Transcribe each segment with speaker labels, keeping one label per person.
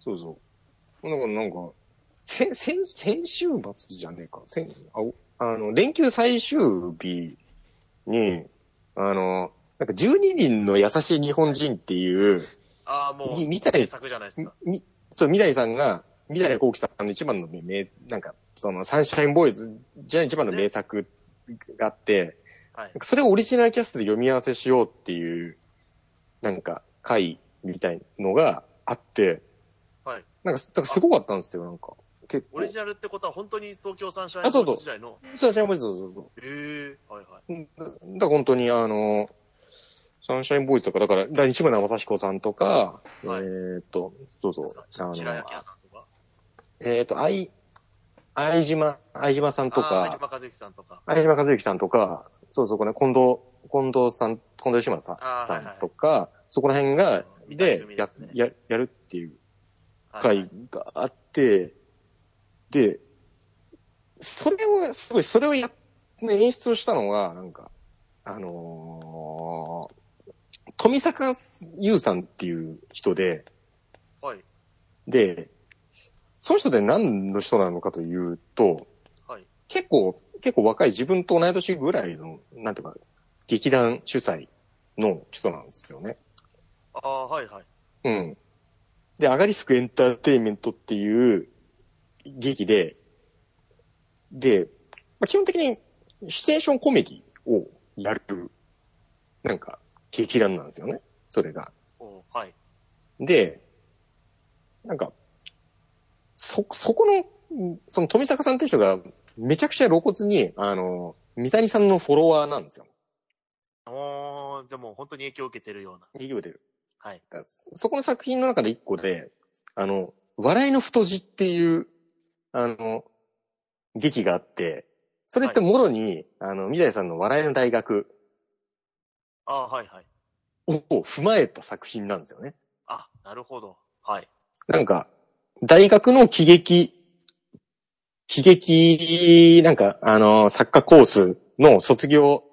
Speaker 1: そうそう。だからなんか、先、先、先週末じゃねえか。先、あ、おあの、連休最終日に、あの、なんか12人の優しい日本人っていう、
Speaker 2: ああ、もう、
Speaker 1: み見たい
Speaker 2: 名作じゃないですか。
Speaker 1: み、そう、三谷さんが、三谷幸喜さんの一番の名、名なんか、その、サンシャインボーイズじゃ一番の名作があって、
Speaker 2: はい
Speaker 1: なん。かそれをオリジナルキャストで読み合わせしようっていう、なんか、回みたいのがあって、
Speaker 2: はい。
Speaker 1: なんか、なんかすごかったんですよ、なんか。結
Speaker 2: オ
Speaker 1: 構。
Speaker 2: リジナルってことは本当に東京サンシャイ
Speaker 1: あ
Speaker 2: ン
Speaker 1: そう
Speaker 2: ボ
Speaker 1: そ
Speaker 2: ー
Speaker 1: う
Speaker 2: イズ時代の。
Speaker 1: そう、サンシャインボーイズ、そうそうそう。
Speaker 2: ええはいはい。
Speaker 1: だだから本当にあの、サンシャインボーイズとか、だから、第西村正彦さんとか、
Speaker 2: はい
Speaker 1: えーっと、そうそう、あの、
Speaker 2: 白焼屋さんとか。
Speaker 1: えーっと、愛、愛島、愛島さんと
Speaker 2: ああ、相
Speaker 1: か、
Speaker 2: 島和之さんとか。
Speaker 1: 愛島和之さんとか、そうそう、これ、近藤、近藤さん、近藤志村さん
Speaker 2: あーはいはい
Speaker 1: さんとか、そこら辺が、で
Speaker 2: 見、たい
Speaker 1: や
Speaker 2: 組ですね、
Speaker 1: や、やるっていう
Speaker 2: はいはい
Speaker 1: 会があって、で、それを、すごい、それをや、演出をしたのが、なんか、あのー富坂優さんっていう人で、
Speaker 2: はい。
Speaker 1: で、その人で何の人なのかというと、
Speaker 2: はい
Speaker 1: 結構、結構若い自分と同い年ぐらいの、なんていうか、劇団主催の人なんですよね。
Speaker 2: ああ、はいはい。
Speaker 1: うん。で、アガリスクエンターテインメントっていう劇で、で、まあ、基本的にシチュエーションコメディをやる、なんか、劇団なんですよね。それが。
Speaker 2: おーはい。
Speaker 1: で、なんか、そ、そこの、んその富坂さんって人が、めちゃくちゃ露骨に、あの、三谷さんのフォロワーなんですよ。
Speaker 2: おー、でも本当に影響を受けてるような。
Speaker 1: 劇を出る。
Speaker 2: はい。
Speaker 1: だからそそこの作品の中で一個で、あの、笑いの太字っていう、あの、劇があって、それってもろに、あの、三谷さんの笑いの大学
Speaker 2: ああ、はいはい。
Speaker 1: をを踏まえた作品なんですよね。
Speaker 2: あ、なるほど。はい。
Speaker 1: なんか、大学の喜劇、喜劇、なんか、あの、作家コースの卒業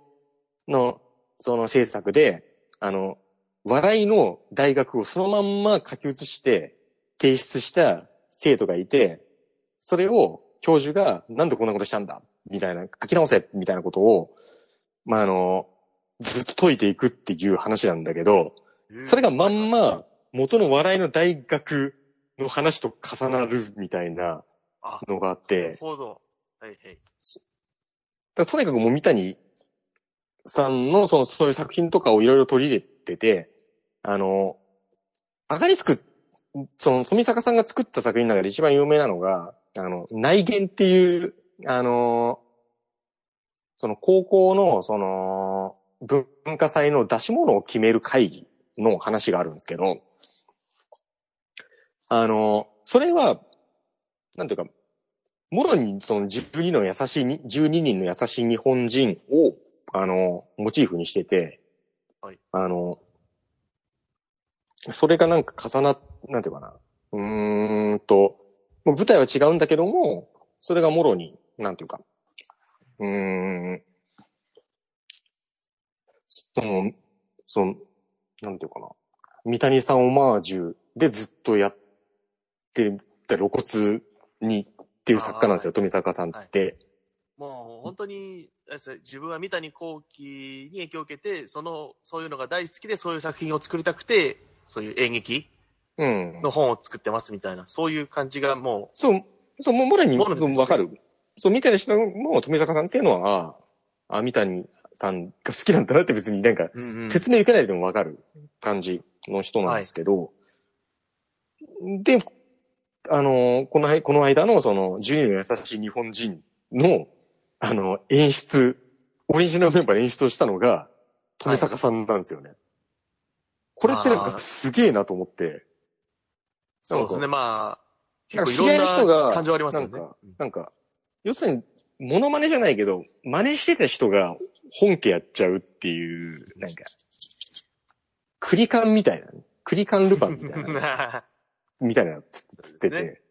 Speaker 1: の、その制作で、あの、笑いの大学をそのまんま書き写して提出した生徒がいて、それを教授がなんでこんなことしたんだみたいな、書き直せみたいなことを、まあ、あの、ずっと解いていくっていう話なんだけど、それがまん
Speaker 2: ま。
Speaker 1: ま元の笑いの大学の話と重なるみたいな
Speaker 2: あ、
Speaker 1: のがあっ
Speaker 2: なる
Speaker 1: て、
Speaker 2: ほど。はいはい。
Speaker 1: だからとにかくもう三谷さんのそのそういう作品とかをいろいろ取り入れてて、あの、アガリスク、その富坂さんが作った作品の中で一番有名なのが、あの、内言っていう、あの、その高校のその文化祭の出し物を決める会議の話があるんですけど、あの、それは、なんていうか、もろにその12の優しいに、12人の優しい日本人を、あの、モチーフにしてて、
Speaker 2: はい
Speaker 1: あの、それがなんか重なっ、なんていうかな、うーんと、もう舞台は違うんだけども、それがもろに、なんていうか、うーん、その、その、なんていうかな、三谷さんオマージュでずっとやってた露骨にっていう作家なんですよ、富坂さんって。
Speaker 2: もう本当に、あれですね自分は三谷幸喜に影響を受けて、その、そういうのが大好きで、そういう作品を作りたくて、そういう演劇
Speaker 1: うん。
Speaker 2: の本を作ってますみたいな、そういう感じがも
Speaker 1: そう、そう、もう、もろに、
Speaker 2: もろに
Speaker 1: そう
Speaker 2: ですね
Speaker 1: わかる。そう、三谷人も富坂さんっていうのは、ああ、三谷さんが好きなんだなって別になんか、
Speaker 2: う、うんうん
Speaker 1: 説明受けないでもわかる感じの人なんですけど、で、あの、この間、この間のその、ジュニアの優しい日本人の、あの、演出、オリジナルメンバーで演出をしたのが、富坂さんなんですよね。これってなん
Speaker 2: あー
Speaker 1: かすげえなと思って、
Speaker 2: そうですね、まあ、
Speaker 1: な
Speaker 2: 結
Speaker 1: んか
Speaker 2: 構いろん
Speaker 1: 知り合いの人が
Speaker 2: な感情ありますよね。
Speaker 1: なんか
Speaker 2: うん
Speaker 1: なんか、要するに、モノマネじゃないけど、真似してた人が本家やっちゃうっていう、なんか、クリカンみたいな、クリカンルパンみたい な、
Speaker 2: は
Speaker 1: みたいなつつってて、
Speaker 2: ね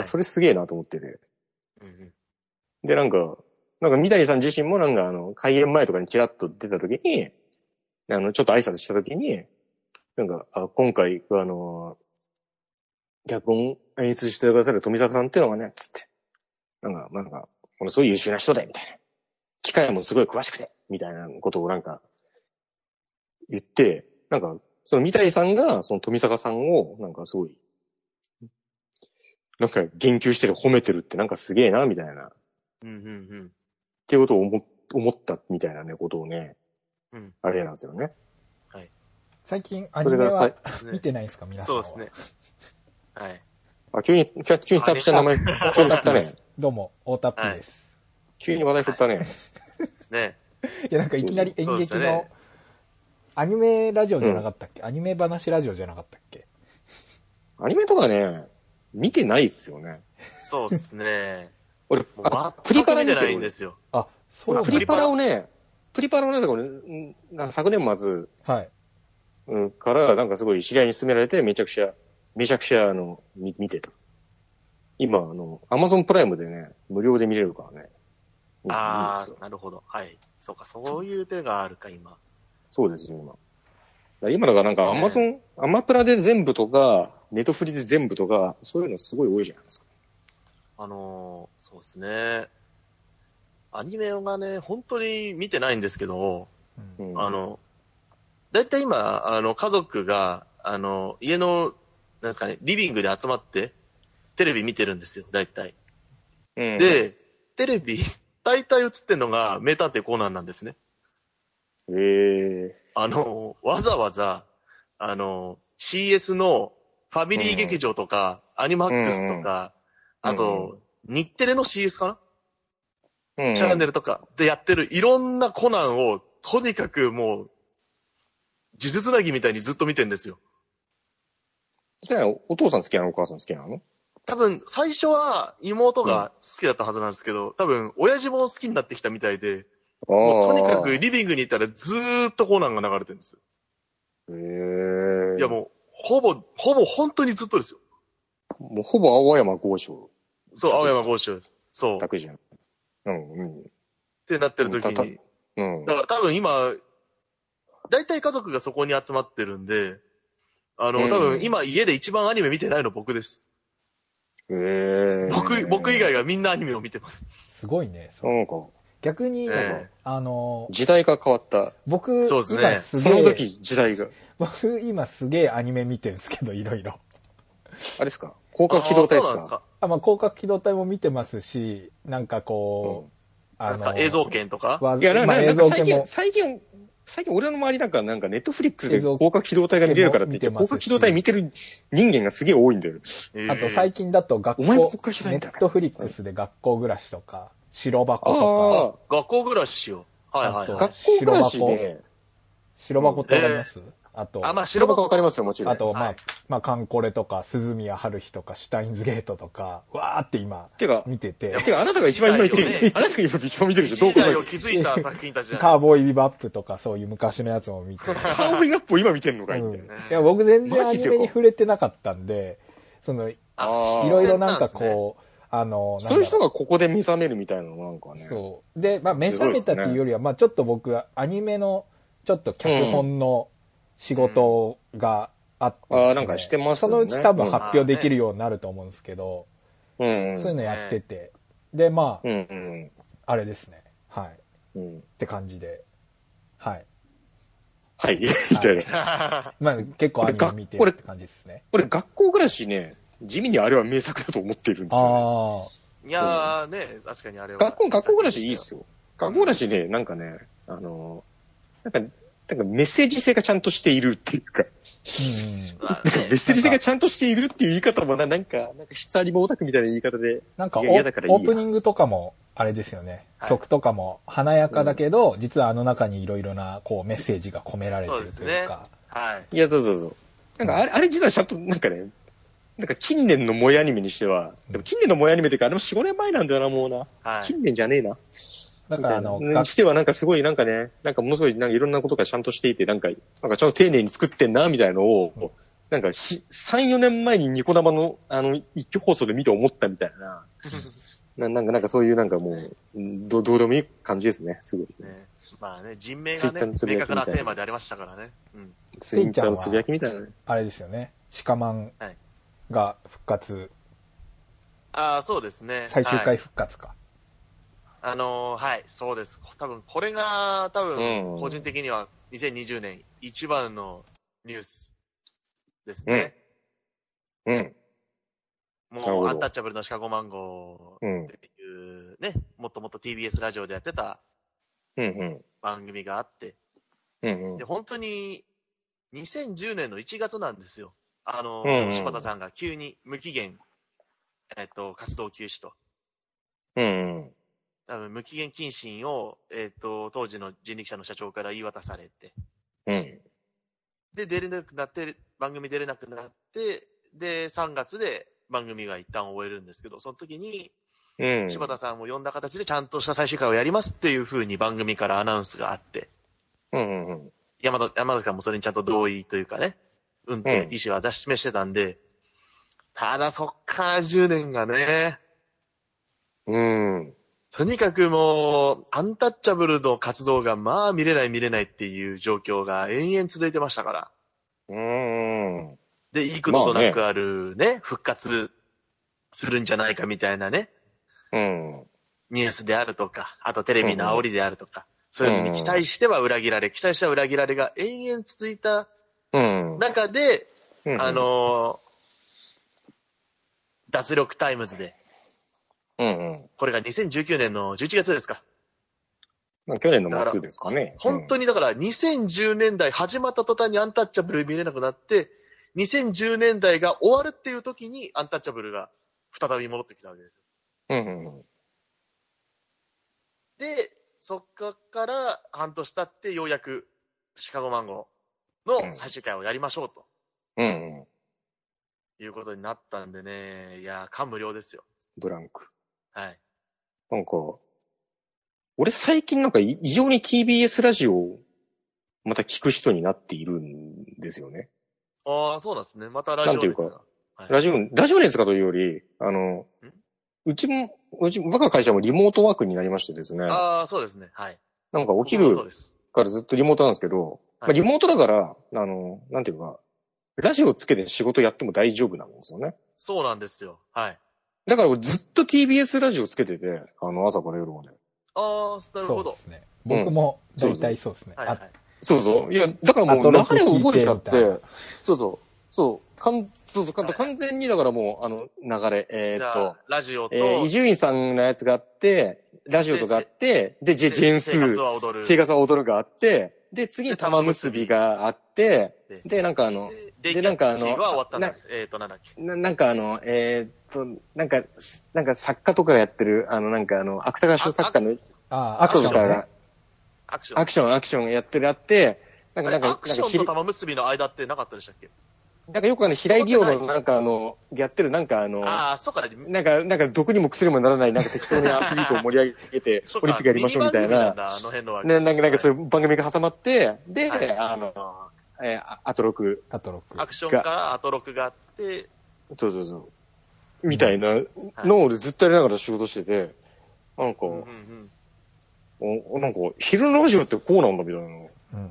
Speaker 2: い。
Speaker 1: それすげえなと思ってて。
Speaker 2: うんうん
Speaker 1: で、なんか、なんか三谷さん自身もなんかあの、開演前とかにチラッと出た時に、あの、ちょっと挨拶した時に、なんか、あ今回、あの脚本演出してくださる富坂さんっていうのがね、つって。なんか、なんか、ものすごい優秀な人だよ、みたいな。機械もすごい詳しくて、みたいなことをなんか、言って、なんか、その三谷さんが、その富坂さんを、なんかすごい、なんか言及してる、褒めてるってなんかすげえな、みたいな。
Speaker 2: うんうん
Speaker 1: っていうことを思思ったみたいなね、ことをね、
Speaker 2: うん
Speaker 1: あれなんですよね。
Speaker 3: 最近ア
Speaker 1: それ
Speaker 3: ニメ
Speaker 1: が
Speaker 3: は
Speaker 1: さ、
Speaker 2: うん。
Speaker 3: 見てないですか皆さん
Speaker 2: そう
Speaker 3: は。
Speaker 2: ですね。はい。
Speaker 1: あ、急に、急にタップした名前、急に振ったね。
Speaker 3: どうも、大田っぴです。
Speaker 1: 急に話題振ったね。
Speaker 2: ね。
Speaker 3: いや、なんかいきなり演
Speaker 2: そうで
Speaker 3: 劇
Speaker 2: す
Speaker 3: の
Speaker 2: ね、
Speaker 3: アニメラジオじゃなかったっけアニメ話ラジオじゃなかったっけ
Speaker 1: アニメとかね、見てないっすよね。
Speaker 2: そうですね。
Speaker 1: 俺、
Speaker 2: も
Speaker 1: あ
Speaker 2: う
Speaker 1: プリ
Speaker 2: 全
Speaker 1: パ
Speaker 2: く
Speaker 1: ラ
Speaker 2: 見
Speaker 1: 見て
Speaker 2: て
Speaker 1: る
Speaker 2: ないんですよ。
Speaker 3: あ、そうな
Speaker 1: 俺
Speaker 3: んだ
Speaker 1: プリパラをね、プリパラをね、だから俺んなんか昨年末
Speaker 3: はい。
Speaker 1: うんから、なんかすごい知り合いに勧められて、めちゃくちゃ、めちゃくちゃ、あの、み見てた。今、あの、アマゾンプライムでね、無料で見れるからね。うんいい
Speaker 2: あ
Speaker 1: ですよ
Speaker 2: あ、なるほど。はい。そうか、そういう手があるか、今。
Speaker 1: そうですよ、今。だから今だからなんかアマゾン、アマプラで全部とか、ネットフリで全部とか、そういうのすごい多いじゃないですか。
Speaker 2: あのーそうですね。アニメがね、本当に見てないんですけど、
Speaker 3: うん
Speaker 1: うん、
Speaker 2: あ、の、だいたい今、あの、家族が、あの、家の、なんですかね、リビングで集まって、テレビ見てるんですよ、だいたい。
Speaker 1: うん、
Speaker 2: で、テレビ、 だいたい映ってるのが、名探偵コーナンなんですね。
Speaker 1: えー、
Speaker 2: あの、わざわざ、あの、CS のファミリー劇場とか、アニマックスとか、
Speaker 1: うんう
Speaker 2: あ
Speaker 1: ん
Speaker 2: と、日テレの CS かな、
Speaker 1: うん
Speaker 2: チャンネルとかでやってるいろんなコナンを、とにかくもう、呪術なぎみたいにずっと見てんですよ。
Speaker 1: じゃあ、お父さん好きなのお母さん好きなの
Speaker 2: 多分、最初は妹が好きだったはずなんですけど、多分、親父も好きになってきたみたいで、もうとにかく
Speaker 1: え
Speaker 2: リビングにいたらずーっとコナンが流れてるんです。
Speaker 1: ー、
Speaker 2: いやもう、ほぼ、ほぼ本当にずっとですよ。
Speaker 1: う。もうほぼ青山豪昌
Speaker 2: そう、青山剛昌。そう。
Speaker 1: だけじゃん。うん、うん。
Speaker 2: ってなってる時
Speaker 1: たた
Speaker 2: に。
Speaker 1: うん
Speaker 2: だ。から多分今、大体家族がそこに集まってるんで、あ
Speaker 1: う
Speaker 2: の、
Speaker 1: ん
Speaker 2: 多分今家で一番アニメ見てないの僕です。
Speaker 1: えー、
Speaker 2: 僕、僕以外がみんなアニメを見てます。
Speaker 3: すごいね。そう
Speaker 1: なんか、
Speaker 3: 逆に、
Speaker 2: ええ
Speaker 3: あの、
Speaker 1: 時代が変わった。
Speaker 3: 僕、
Speaker 2: そうですね
Speaker 3: 今す
Speaker 1: その
Speaker 3: げえ、
Speaker 1: 時、時代が。
Speaker 3: 僕今すげえアニメ見てるんですけど、いろいろ。
Speaker 1: あれですか広角機動隊
Speaker 2: あー
Speaker 1: で
Speaker 2: そ
Speaker 1: すか
Speaker 2: うなんですか
Speaker 3: あ、まあ、広角機動隊も見てますし、なんかこう、
Speaker 2: なん
Speaker 3: あ
Speaker 2: ですか映像権とか
Speaker 3: わ
Speaker 1: いや、なん
Speaker 3: まあ
Speaker 1: か、
Speaker 3: 映
Speaker 1: なん
Speaker 3: 像
Speaker 1: か
Speaker 3: 系
Speaker 1: 最近、
Speaker 3: も、
Speaker 1: 最近、最近俺の周りなんか、なんかネットフリックス
Speaker 3: 映
Speaker 1: で
Speaker 3: 像
Speaker 1: 広角機動隊が見れるからって言って、
Speaker 3: 見てますし
Speaker 1: 広角機動隊見てる人間がすげえ多いんだよ。
Speaker 3: あと最
Speaker 2: 近。
Speaker 3: 近だと学校、
Speaker 1: お前も国家主催
Speaker 3: ネ
Speaker 1: みたいな
Speaker 3: ットフリックスで学校暮らしとか、白箱
Speaker 1: あ
Speaker 3: と
Speaker 1: あ
Speaker 2: 学校暮らしを。はいはい
Speaker 3: あ
Speaker 1: ー、
Speaker 2: はい
Speaker 3: と。
Speaker 1: 学校暮らしで、
Speaker 3: か、白箱ってわかります、あと、
Speaker 2: あ、まあ、
Speaker 1: 白
Speaker 2: 白
Speaker 1: 箱
Speaker 2: 箱
Speaker 1: わかりますよ、もちろん。
Speaker 3: あと、まあ、
Speaker 2: はい
Speaker 3: まあ、カンコレとか、鈴宮春日とか、シュタインズゲートとか、わーって今、
Speaker 1: てか、
Speaker 3: 見てて、
Speaker 1: てか、あなたが一番今言って
Speaker 2: 時代を
Speaker 1: る
Speaker 2: ね、
Speaker 1: あなたが今一番見てるでしょ、どう
Speaker 2: 時
Speaker 1: 考え
Speaker 2: 代
Speaker 1: て
Speaker 2: を
Speaker 1: も。
Speaker 2: 築いた作品たちじゃない
Speaker 3: カーボーイビバップとか、そういう昔のやつも見て、
Speaker 1: カーボーイアップを今見てんのかい、
Speaker 3: う
Speaker 1: み
Speaker 3: ん、
Speaker 1: た
Speaker 3: い
Speaker 1: いな。
Speaker 3: や、僕全然ア
Speaker 1: マジ
Speaker 3: ニ
Speaker 1: でか
Speaker 3: メに触れてなかったんで、その、い
Speaker 2: あ
Speaker 1: あー
Speaker 3: ろいろなんか
Speaker 2: そう
Speaker 3: こう、あの、なんだ
Speaker 1: そう
Speaker 3: ろ
Speaker 1: いう人がここで目覚めるみたいなのなんかね。
Speaker 3: そう。で、まあ、目覚めたっていうよりは、まあ、ちょっと僕はアニメの、ちょっと脚本の仕事があってですね、
Speaker 1: あーなんかしてます
Speaker 3: そ
Speaker 1: ね
Speaker 3: のうち多分発表できるようになると思うんですけど、
Speaker 1: うんうん。
Speaker 3: そういうのやってて、で、ま
Speaker 1: う
Speaker 3: あ、
Speaker 1: んうん
Speaker 3: あれですね。はい。っ
Speaker 1: うん。うん。
Speaker 3: て感じで。はい。
Speaker 1: はい、 みたいな。
Speaker 2: なんですね
Speaker 3: まあ、結構アニメ見てるって感じですね。
Speaker 1: 俺、学校暮らしね、地味にあれは名作だと思っているんですよね。
Speaker 3: あ
Speaker 2: いやーね、確かにあれは。
Speaker 1: 学校、学校暮らしいいっ
Speaker 2: よ。
Speaker 1: すよ。学校暮らしね、なんかね、あのー、なんか、なんかメッセージ性がちゃんとしているっていう か、
Speaker 3: あ。うん。
Speaker 2: まあ
Speaker 1: メ
Speaker 2: ね
Speaker 1: ッセージ性がちゃんとしているっていう言い方もな、なんか、なんか、質あり棒たくみたいな言い方で、
Speaker 3: なんかオ
Speaker 1: いやいやだからいいや
Speaker 3: オープニングとかも、あれですよね、
Speaker 2: はい
Speaker 3: 曲とかも華やかだけど、実はあの中にいろいろなこうメッセージが込められてるというか。
Speaker 2: はい。
Speaker 1: いや、そうそうそう。なんか、あれ、あれ実はちゃんと、なんかね、なんか近年の萌えアニメにしては、でも近年の萌えアニメっていうか、あれも4、5年前なんだよな、もうな。
Speaker 2: はい。
Speaker 1: 近年じゃねえな。
Speaker 3: だからあの、
Speaker 1: に
Speaker 3: 学
Speaker 1: してはなんかすごいなんかね、なんかものすごいなんかいろんなことがちゃんとしていて、なんか、なんかちゃんと丁寧に作ってんな、みたいのを、
Speaker 3: うん
Speaker 1: なんかし、3、4年前にニコ生の、あの、一挙放送で見て思ったみたいな、ななんか、なんかそういうなんかもう、んどどうでもいい感じですね、すごい。
Speaker 2: ね、まあね、人名が
Speaker 1: Twitter
Speaker 2: ね
Speaker 1: の、つぶ
Speaker 2: 明
Speaker 1: やきみた
Speaker 2: 確
Speaker 1: いな
Speaker 2: なテーマでありましたからね。うん。
Speaker 1: ツイッターのつぶやきみたいなね。
Speaker 3: あれですよね、シカマン
Speaker 2: はい
Speaker 3: が復活、
Speaker 2: ああ、そうですね。
Speaker 3: 最終
Speaker 2: は
Speaker 3: 回
Speaker 2: い
Speaker 3: 復活か。
Speaker 2: あのーはい、そうです。多分、これが、多
Speaker 1: うん
Speaker 2: 分、個人的には2020年一番のニュースですね。
Speaker 1: うん。なる
Speaker 2: も
Speaker 1: ほ
Speaker 2: う、
Speaker 1: ど
Speaker 2: アンタッチャブルのシカゴマンゴ
Speaker 1: うん。
Speaker 2: ーっていうね、もっともっと TBS ラジオでやってた
Speaker 1: うん。うん。
Speaker 2: 番組があって、
Speaker 1: うん。
Speaker 2: で、本当に、2010年の1月なんですよ。あの、
Speaker 1: うんうん
Speaker 2: 柴田さんが急に無期限、えっと、活動休止と。
Speaker 1: うん。
Speaker 2: 多分無期限謹慎を、えっと、当時の人力車の社長から言い渡されて。
Speaker 1: うん。
Speaker 2: で、出れなくなって、番組出れなくなって、で、3月で番組が一旦終えるんですけど、その時に、
Speaker 1: うん。
Speaker 2: 柴田さんを呼んだ形でちゃんとした最終回をやりますっていう風に番組からアナウンスがあって、
Speaker 1: うん。うん。
Speaker 2: 山田、山崎さんもそれにちゃんと同意というかね、うんという意思は出し示してたんで、ただそっから10年がね、
Speaker 1: うん。
Speaker 2: とにかくもう、アンタッチャブルの活動がまあ見れない見れないっていう状況が延々続いてましたから。
Speaker 1: うん。
Speaker 2: で、幾度となくあるね、復活するんじゃないかみたいなね、
Speaker 1: うん。
Speaker 2: ニュースであるとか、あとテレビの煽りであるとか、そういうのに期待しては裏切られ、期待しては裏切られが延々続いた
Speaker 1: うん。
Speaker 2: 中で、
Speaker 1: うん
Speaker 2: あ、のー脱力タイムズで、
Speaker 1: うん
Speaker 2: これが2019年の11月ですか。
Speaker 1: うん。去年の末ですかね。
Speaker 2: 本当
Speaker 1: に。
Speaker 2: にだから2010年代始まった途端にアンタッチャブル見れなくなって、2010年代が終わるっていう時にアンタッチャブルが再び戻ってきたわけです。
Speaker 1: うん。
Speaker 2: で、そっから半年経ってようやくシカゴマンゴーの最終回をやりましょう
Speaker 1: うん。
Speaker 2: ということになったんでね、いやー、感無量ですよ。
Speaker 1: ブランク。
Speaker 2: はい。
Speaker 1: なんか、俺最近なんか異常に TBS ラジオをまた聞く人になっているんですよね。
Speaker 2: ああ、そうなんですね。またラジオ
Speaker 1: なん
Speaker 2: です
Speaker 1: ていう
Speaker 2: が。はい
Speaker 1: ラジオ、ラジオ熱かというより、あの、うちも、うち、我が会社もリモートワークになりましてですね。
Speaker 2: ああ、そうですね。はい。
Speaker 1: なんか起き
Speaker 2: 僕もそう
Speaker 1: る
Speaker 2: です。
Speaker 1: からずっとリモートなんですけど、ま
Speaker 2: は
Speaker 1: あ、
Speaker 2: い
Speaker 1: リモートだから、あの、なんていうか、ラジオつけて仕事やっても大丈夫なんですよね。
Speaker 2: そうなんですよ。はい。
Speaker 1: だから俺ずっと TBS ラジオつけてて、あの、朝から夜まで。
Speaker 2: ああ、なる
Speaker 3: そ
Speaker 2: ほ
Speaker 3: うで
Speaker 2: ど。
Speaker 3: すね。
Speaker 1: うん
Speaker 3: 僕も大体そうですね。
Speaker 2: はいはい
Speaker 3: あ。
Speaker 1: そうそう。いや、だからも
Speaker 3: あ
Speaker 1: う
Speaker 3: と
Speaker 1: 流れ
Speaker 3: ロ
Speaker 1: を
Speaker 3: ック聞い
Speaker 1: 覚
Speaker 3: て
Speaker 1: えちゃっ
Speaker 3: みたい
Speaker 1: て、そうそう。そう、かん、そうそう、かん完全にだからもう、あの、流れ、え
Speaker 2: じ
Speaker 1: ー
Speaker 2: ゃ
Speaker 1: っ
Speaker 2: あ
Speaker 1: と、
Speaker 2: ラジオと、
Speaker 1: えー伊集院さんのやつがあって、ラジオとかあって、で、ジェ、ジェンス
Speaker 2: 生活は踊る。
Speaker 1: 生活は踊るがあって、で、次に玉結びがあって、
Speaker 2: で
Speaker 1: で、なんかあの、
Speaker 2: で、
Speaker 1: でな
Speaker 2: で、なんん
Speaker 1: か
Speaker 2: か
Speaker 1: あ
Speaker 2: あ
Speaker 1: の
Speaker 2: の、は終わったんだ
Speaker 1: な
Speaker 2: えっ、と、なんだっけ。
Speaker 1: ななんかあの、えーっと、なんか、すなんか作家とかがやってる、あの、なんかあの、芥川賞作家の
Speaker 3: あー、ア
Speaker 1: ア
Speaker 3: ク
Speaker 1: ク
Speaker 3: シ
Speaker 1: シ
Speaker 3: ョ
Speaker 1: ョ
Speaker 3: ン
Speaker 1: ン
Speaker 3: ね、
Speaker 1: が、
Speaker 2: アクション。
Speaker 1: アクション、アクションやってるあって、なんか、な
Speaker 2: あれ
Speaker 1: んか、
Speaker 2: アクションと玉結びの間ってなかったでしたっけ
Speaker 1: なんかよくあの、平井理央のなんかあの、やってるなんかあの、
Speaker 2: ああ、そうか、
Speaker 1: なんか、なんか毒にも薬にもならない、なんか適当にアスリートを盛り上げて
Speaker 2: そ、う
Speaker 1: オ
Speaker 2: か
Speaker 1: リンピックやりましょうみたい
Speaker 2: ミニ番組ん
Speaker 1: な、
Speaker 2: だあの辺のは。
Speaker 1: ね、なんか、なんかそう
Speaker 2: う。
Speaker 1: いう番組が挟まって、で、
Speaker 2: はい
Speaker 1: あの、えーああと6、
Speaker 3: あと6。
Speaker 2: アクションからアトロクがあって、
Speaker 1: そうそうそう、みたいなのを俺ずっとやりながら仕事してて、なんか、
Speaker 2: うんうん。
Speaker 1: おなんか、昼のラジオってこうなんだみたいな。
Speaker 3: うん。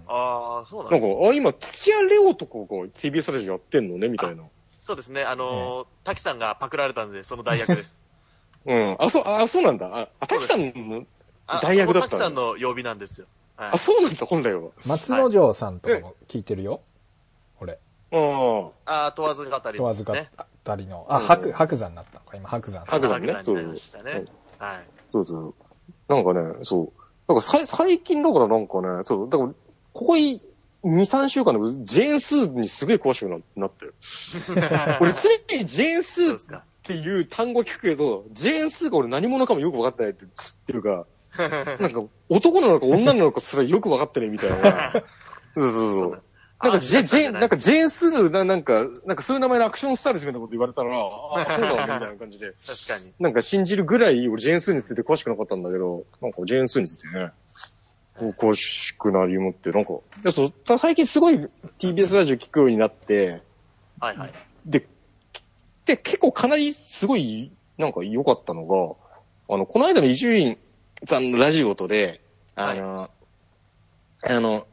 Speaker 2: ああ、そうなん
Speaker 1: なん
Speaker 2: ですね
Speaker 1: か、あ、今、土屋レオとかが TBS ラジオやってんのねみたいな。
Speaker 2: そうですね、あのー、滝さんがパクられたんで、その代 役です。
Speaker 1: うん。あ、そう、あ、そうなんだ。ああ、た
Speaker 2: そう
Speaker 1: く
Speaker 2: で
Speaker 1: さ
Speaker 2: す
Speaker 1: んの、
Speaker 2: あ
Speaker 1: 代役だった
Speaker 2: そこ滝さんの曜日なんですよ。はい
Speaker 1: あ、。そうなんだ、本来は。
Speaker 3: 松之丞さんとかも聞いてるよ。俺。
Speaker 1: あ
Speaker 2: ああ、問わず語り。
Speaker 3: 問わずが
Speaker 2: ね。
Speaker 3: あたりの。あ、
Speaker 1: うん
Speaker 3: 白、白山になったのか、今、白山さん。
Speaker 1: 白山ね
Speaker 2: 白山になりましたね。はい。
Speaker 1: あ、そうそう。なんかね、そう。なんかさい最近だからなんかね、そう、だから、ここい、2、3週間のジェーンスーにすげえ詳しくなな って。俺常にジェーンス
Speaker 2: そう
Speaker 1: ー
Speaker 2: で
Speaker 1: っ
Speaker 2: すか。
Speaker 1: ていう単語聞くけど、ジェーンスーが俺何者かもよく分かってないってっていうか、なんか男なのか女なのかすらよく分かってねえみたいな。そうそうそう。なんかジェ、ジェ、なんかジェーンスーな、なんか、なんかそういう名前のアクションスターですみたいなこと言われたら、ああ、そうだね、みたいな感じで。
Speaker 2: 確かに。
Speaker 1: なんか信じるぐらい、俺ジェーンスーについて詳しくなかったんだけど、なんかジェーンスーについてね、こう詳しくなりもって、なんか、いやそうた最近すごい TBS ラジオ聞くようになって、
Speaker 2: はいはい。
Speaker 1: で、で、結構かなりすごい、なんか良かったのが、あの、この間の伊集院さんのラジオとで、あの、あの、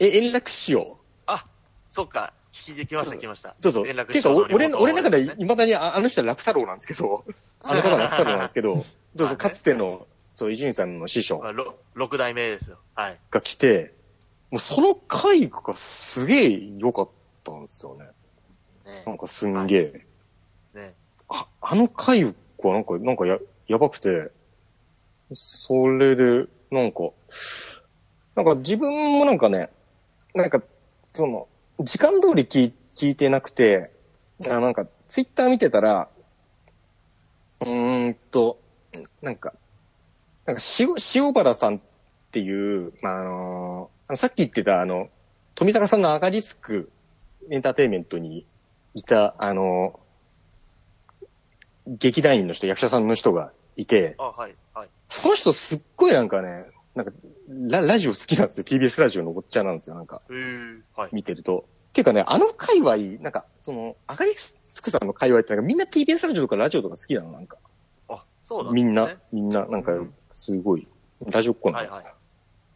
Speaker 1: え、円楽師匠
Speaker 2: あ、そうか。聞きました、聞きました。
Speaker 1: そうそう。
Speaker 2: 連絡
Speaker 1: てか、
Speaker 2: の
Speaker 1: お
Speaker 2: に
Speaker 1: 俺の、俺の中で
Speaker 2: ね
Speaker 1: 未だにああの人は楽太郎なんですけど、あの方は楽太郎なんですけ ど、そう
Speaker 2: まあ
Speaker 1: そう、
Speaker 2: ね
Speaker 1: かつての、そう、伊集院さんの師匠
Speaker 2: まあろ六代目ですよ。はい。
Speaker 1: が来て、もうその回がすげえ良かったんですよね。
Speaker 2: ね
Speaker 1: なんかすんげえ。
Speaker 2: ね
Speaker 1: あ、あの回はなんか、なんかや、やばくて、それで、なんか、なんか自分もなんかね、なんか、その、時間通り聞い聞いてなくて、あなんか、ツイッター見てたら、うーんと、なんか、なんか塩、塩原さんっていう、まあ、あのあのさっき言ってた、あの、富坂さんのアガリスクエンターテインメントにいた、あの劇団員の人、役者さんの人がいて、
Speaker 2: あ、はい、はい。
Speaker 1: その人すっごいなんかね、なんかラ、ラジオ好きなんですよ。TBS ラジオのおっちゃんなんですよ、なんか、
Speaker 2: うー、はい。
Speaker 1: 見てると。っていうかね、あの界隈、なんか、その、アガリスクさんの界隈ってなんかみんな TBS ラジオとかラジオとか好きなの、なんか。
Speaker 2: あ、そうなんで
Speaker 1: み
Speaker 2: すね。
Speaker 1: んな、みんな、なんか
Speaker 2: うん、
Speaker 1: すごい、ラジオっ子なの。
Speaker 2: はい、はい。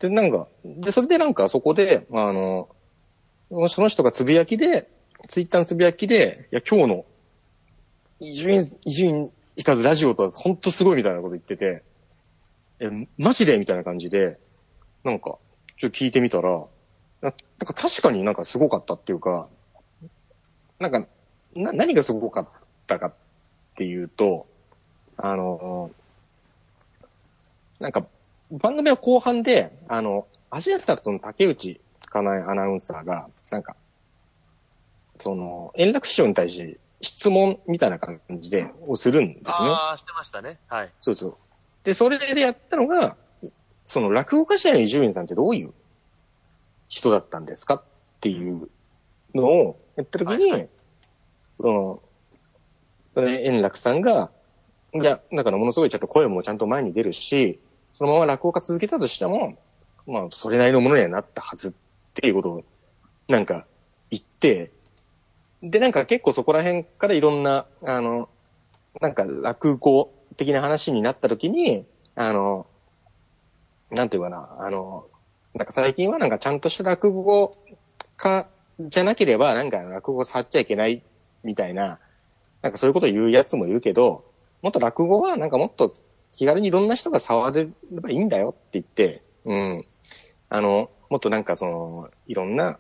Speaker 1: で、なんか、で、それでなんかそこで、あの、その人がつぶやきで、ツイッターのつぶやきで、いや、今日の、伊集院、伊集院光ラジオとは本当すごいみたいなこと言ってて、え、マジでみたいな感じで、なんか、ちょっと聞いてみたら、ななんか確かになんかすごかったっていうか、なんか、な、何がすごかったかっていうと、あの、なんか、番組は後半で、あの、アシスタントの竹内かなえアナウンサーが、なんか、その、円楽師匠に対して質問みたいな感じで、をするんですね。
Speaker 2: ああ、してましたね。はい。
Speaker 1: そうそう。で、それでやったのが、その落語家時代の伊集院さんってどういう人だったんですかっていうのをやった時に、
Speaker 2: はいは
Speaker 1: その、それ円楽さんが、いや、だからものすごいちゃんと声もちゃんと前に出るし、そのまま落語家続けたとしても、まあ、それなりのものにはなったはずっていうことを、なんか、言って、で、なんか結構そこら辺からいろんな、あの、なんか落語的な話になった時に、あの、なんていうかな、あの、なんか最近はなんかちゃんとした落語家じゃなければ、なんか落語触っちゃいけないみたいな、なんかそういうことを言うやつもいるけど、もっと落語はなんかもっと気軽にいろんな人が触れればいいんだよって言って、うん。あの、もっとなんかその、いろんな、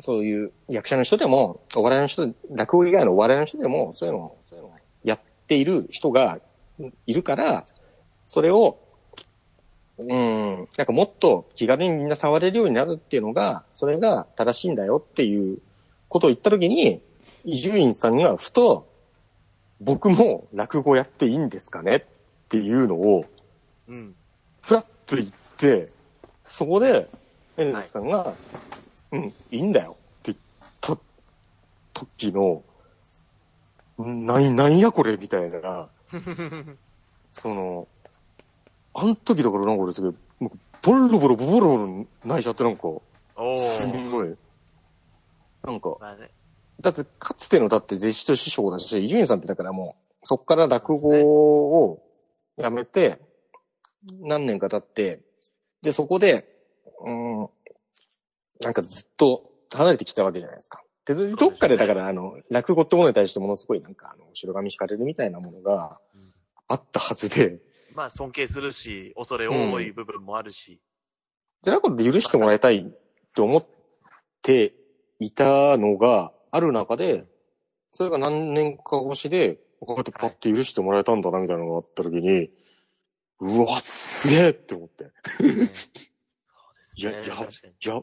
Speaker 1: そういう役者の人でも、お笑いの人、落語以外のお笑いの人でも、そういうの、そういうのやっている人がいるから、それを、うん、なんかもっと気軽にみんな触れるようになるっていうのが、それが正しいんだよっていうことを言ったときに、伊集院さんがふと、僕も落語やっていいんですかねっていうのを、
Speaker 2: うん。
Speaker 1: ふらっと言って、そこで、エレナさんが、うん、いいんだよって言った時の、んなん、なんやこれみたい な、その、あん時だからなんか俺すごい、もうボロボロボロボロ泣いちゃってなんか、
Speaker 2: お
Speaker 1: すん
Speaker 2: ー。
Speaker 1: ごい。なんか、
Speaker 2: まあね、
Speaker 1: だって、かつてのだって弟子と師匠だし、伊集院さんってだからもう、そっから落語をやめて、何年か経って、で、そこで、うん、なんかずっと離れてきたわけじゃないですか。で、
Speaker 2: すね
Speaker 1: どっかでだから、あの、落語ってものに対してものすごいなんか、あの、後ろ髪引かれるみたいなものが
Speaker 2: うん
Speaker 1: あったはずで、
Speaker 2: まあ、尊敬するし、恐れ多い部分もあ るし。
Speaker 1: で、なんか許してもらいたいって思っていたのがある中で、それが何年か越しで、こうやってパッて許してもらえたんだなみたいなのがあった時に、うわ、すげえって思って。
Speaker 2: ねそうですね。
Speaker 1: いやいや
Speaker 2: 確かに
Speaker 1: や、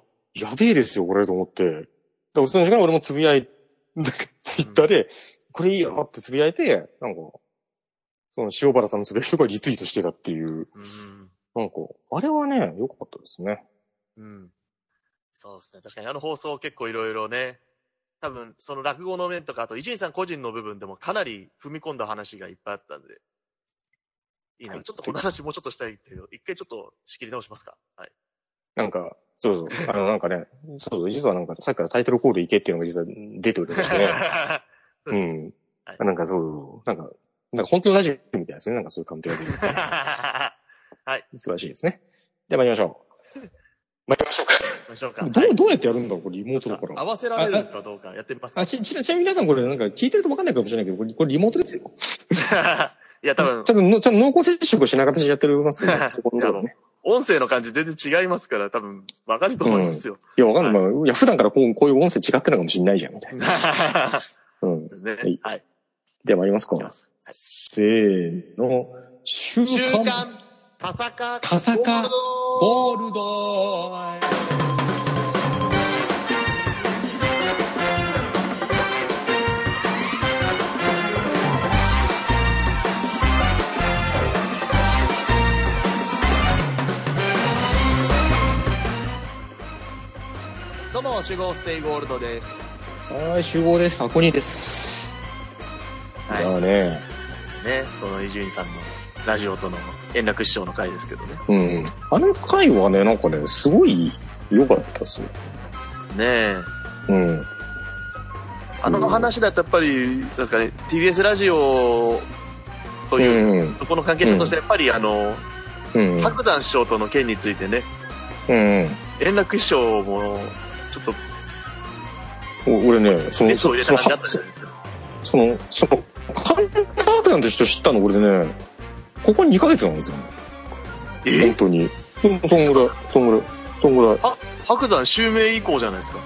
Speaker 1: やべえですよ、これと思って。で、その時間俺もつぶやい、なんかツイッターで、これいいよってつぶやいて、なんか、その塩原さんのつぶやきとかリツイートしてたっていう、
Speaker 2: うん。
Speaker 1: なんか、あれはね、良かったですね。
Speaker 2: うん。そうですね。確かにあの放送結構いろいろね、多分その落語の面とか、あと伊集院さん個人の部分でもかなり踏み込んだ話がいっぱいあったんで、いいな。
Speaker 1: はい
Speaker 2: ちょっとこの話もうちょっとしたいけど、一回ちょっと仕切り直しますか。 はい。
Speaker 1: なんか、そうそう、あの、なんかね、そうそう、実はなんか、さっきからタイトルコールいけっていうのが実は出ておりま してね。うん。
Speaker 2: はい
Speaker 1: なんかそう、なんか、なんか本当のラジオみたいですね。なんかそういう鑑定ができる。
Speaker 2: は
Speaker 1: 素晴らしいですね。では参りましょう。参りましょうか。
Speaker 2: ましょうか。
Speaker 1: ど
Speaker 2: は
Speaker 1: う、
Speaker 2: い
Speaker 1: どうやってやるんだろうこれ、リモートだか
Speaker 2: 合
Speaker 1: ら。
Speaker 2: わせられるかどうかやってみますか
Speaker 1: あ、ち、ちな、ちなみに皆さんこれなんか聞いてるとわかんないかもしれないけど、これ、これリモートですよ。
Speaker 2: いや、多分、
Speaker 1: ちょ、っとの、ちょっと濃厚接触しない形でやってるますけど そこのところね。
Speaker 2: 音声の感じ全然違いますから、多分、わかると思いますよ。
Speaker 1: いや、わかんない。まあいや、普段からこう、こういう音声違ってるかもしれないじゃん、み たいな。うん。
Speaker 2: ね
Speaker 1: い、
Speaker 2: はい。
Speaker 1: ではありますか
Speaker 2: いきます。
Speaker 1: せーの、週
Speaker 2: 週
Speaker 1: 刊
Speaker 2: 刊、田坂、
Speaker 1: 田坂
Speaker 2: ゴールド
Speaker 1: ゴールド
Speaker 2: どうも、集合ステイゴールドです。
Speaker 1: はい、集合です。箱にです。
Speaker 2: はい
Speaker 1: いやね、
Speaker 2: ね、その伊集院さんのラジオとの円楽師匠の回ですけどね。
Speaker 1: うん。あの回はね、なんかね、すごい良かったっすよ。
Speaker 2: ねえ。
Speaker 1: うん。
Speaker 2: あの話だとやっぱり、なんですかね、TBS ラジオとい
Speaker 1: う
Speaker 2: う、
Speaker 1: ん。
Speaker 2: そこの関係者としてやっぱり、あの、
Speaker 1: うん。
Speaker 2: 白山師匠との件についてね、
Speaker 1: うん。
Speaker 2: 円楽師匠も、ちょっと
Speaker 1: お俺ね、そ
Speaker 2: メ
Speaker 1: の、
Speaker 2: スを入れ
Speaker 1: そ
Speaker 2: た
Speaker 1: の、は
Speaker 2: 感じだったじゃないですか。
Speaker 1: その、その、カンターテなんて人知ったの俺ね、ここ2ヶ月なんですよ。
Speaker 2: え
Speaker 1: 本当に。そ、そんぐらい、そんぐらい、そんぐらい。
Speaker 2: 白山襲名以降じゃないですか。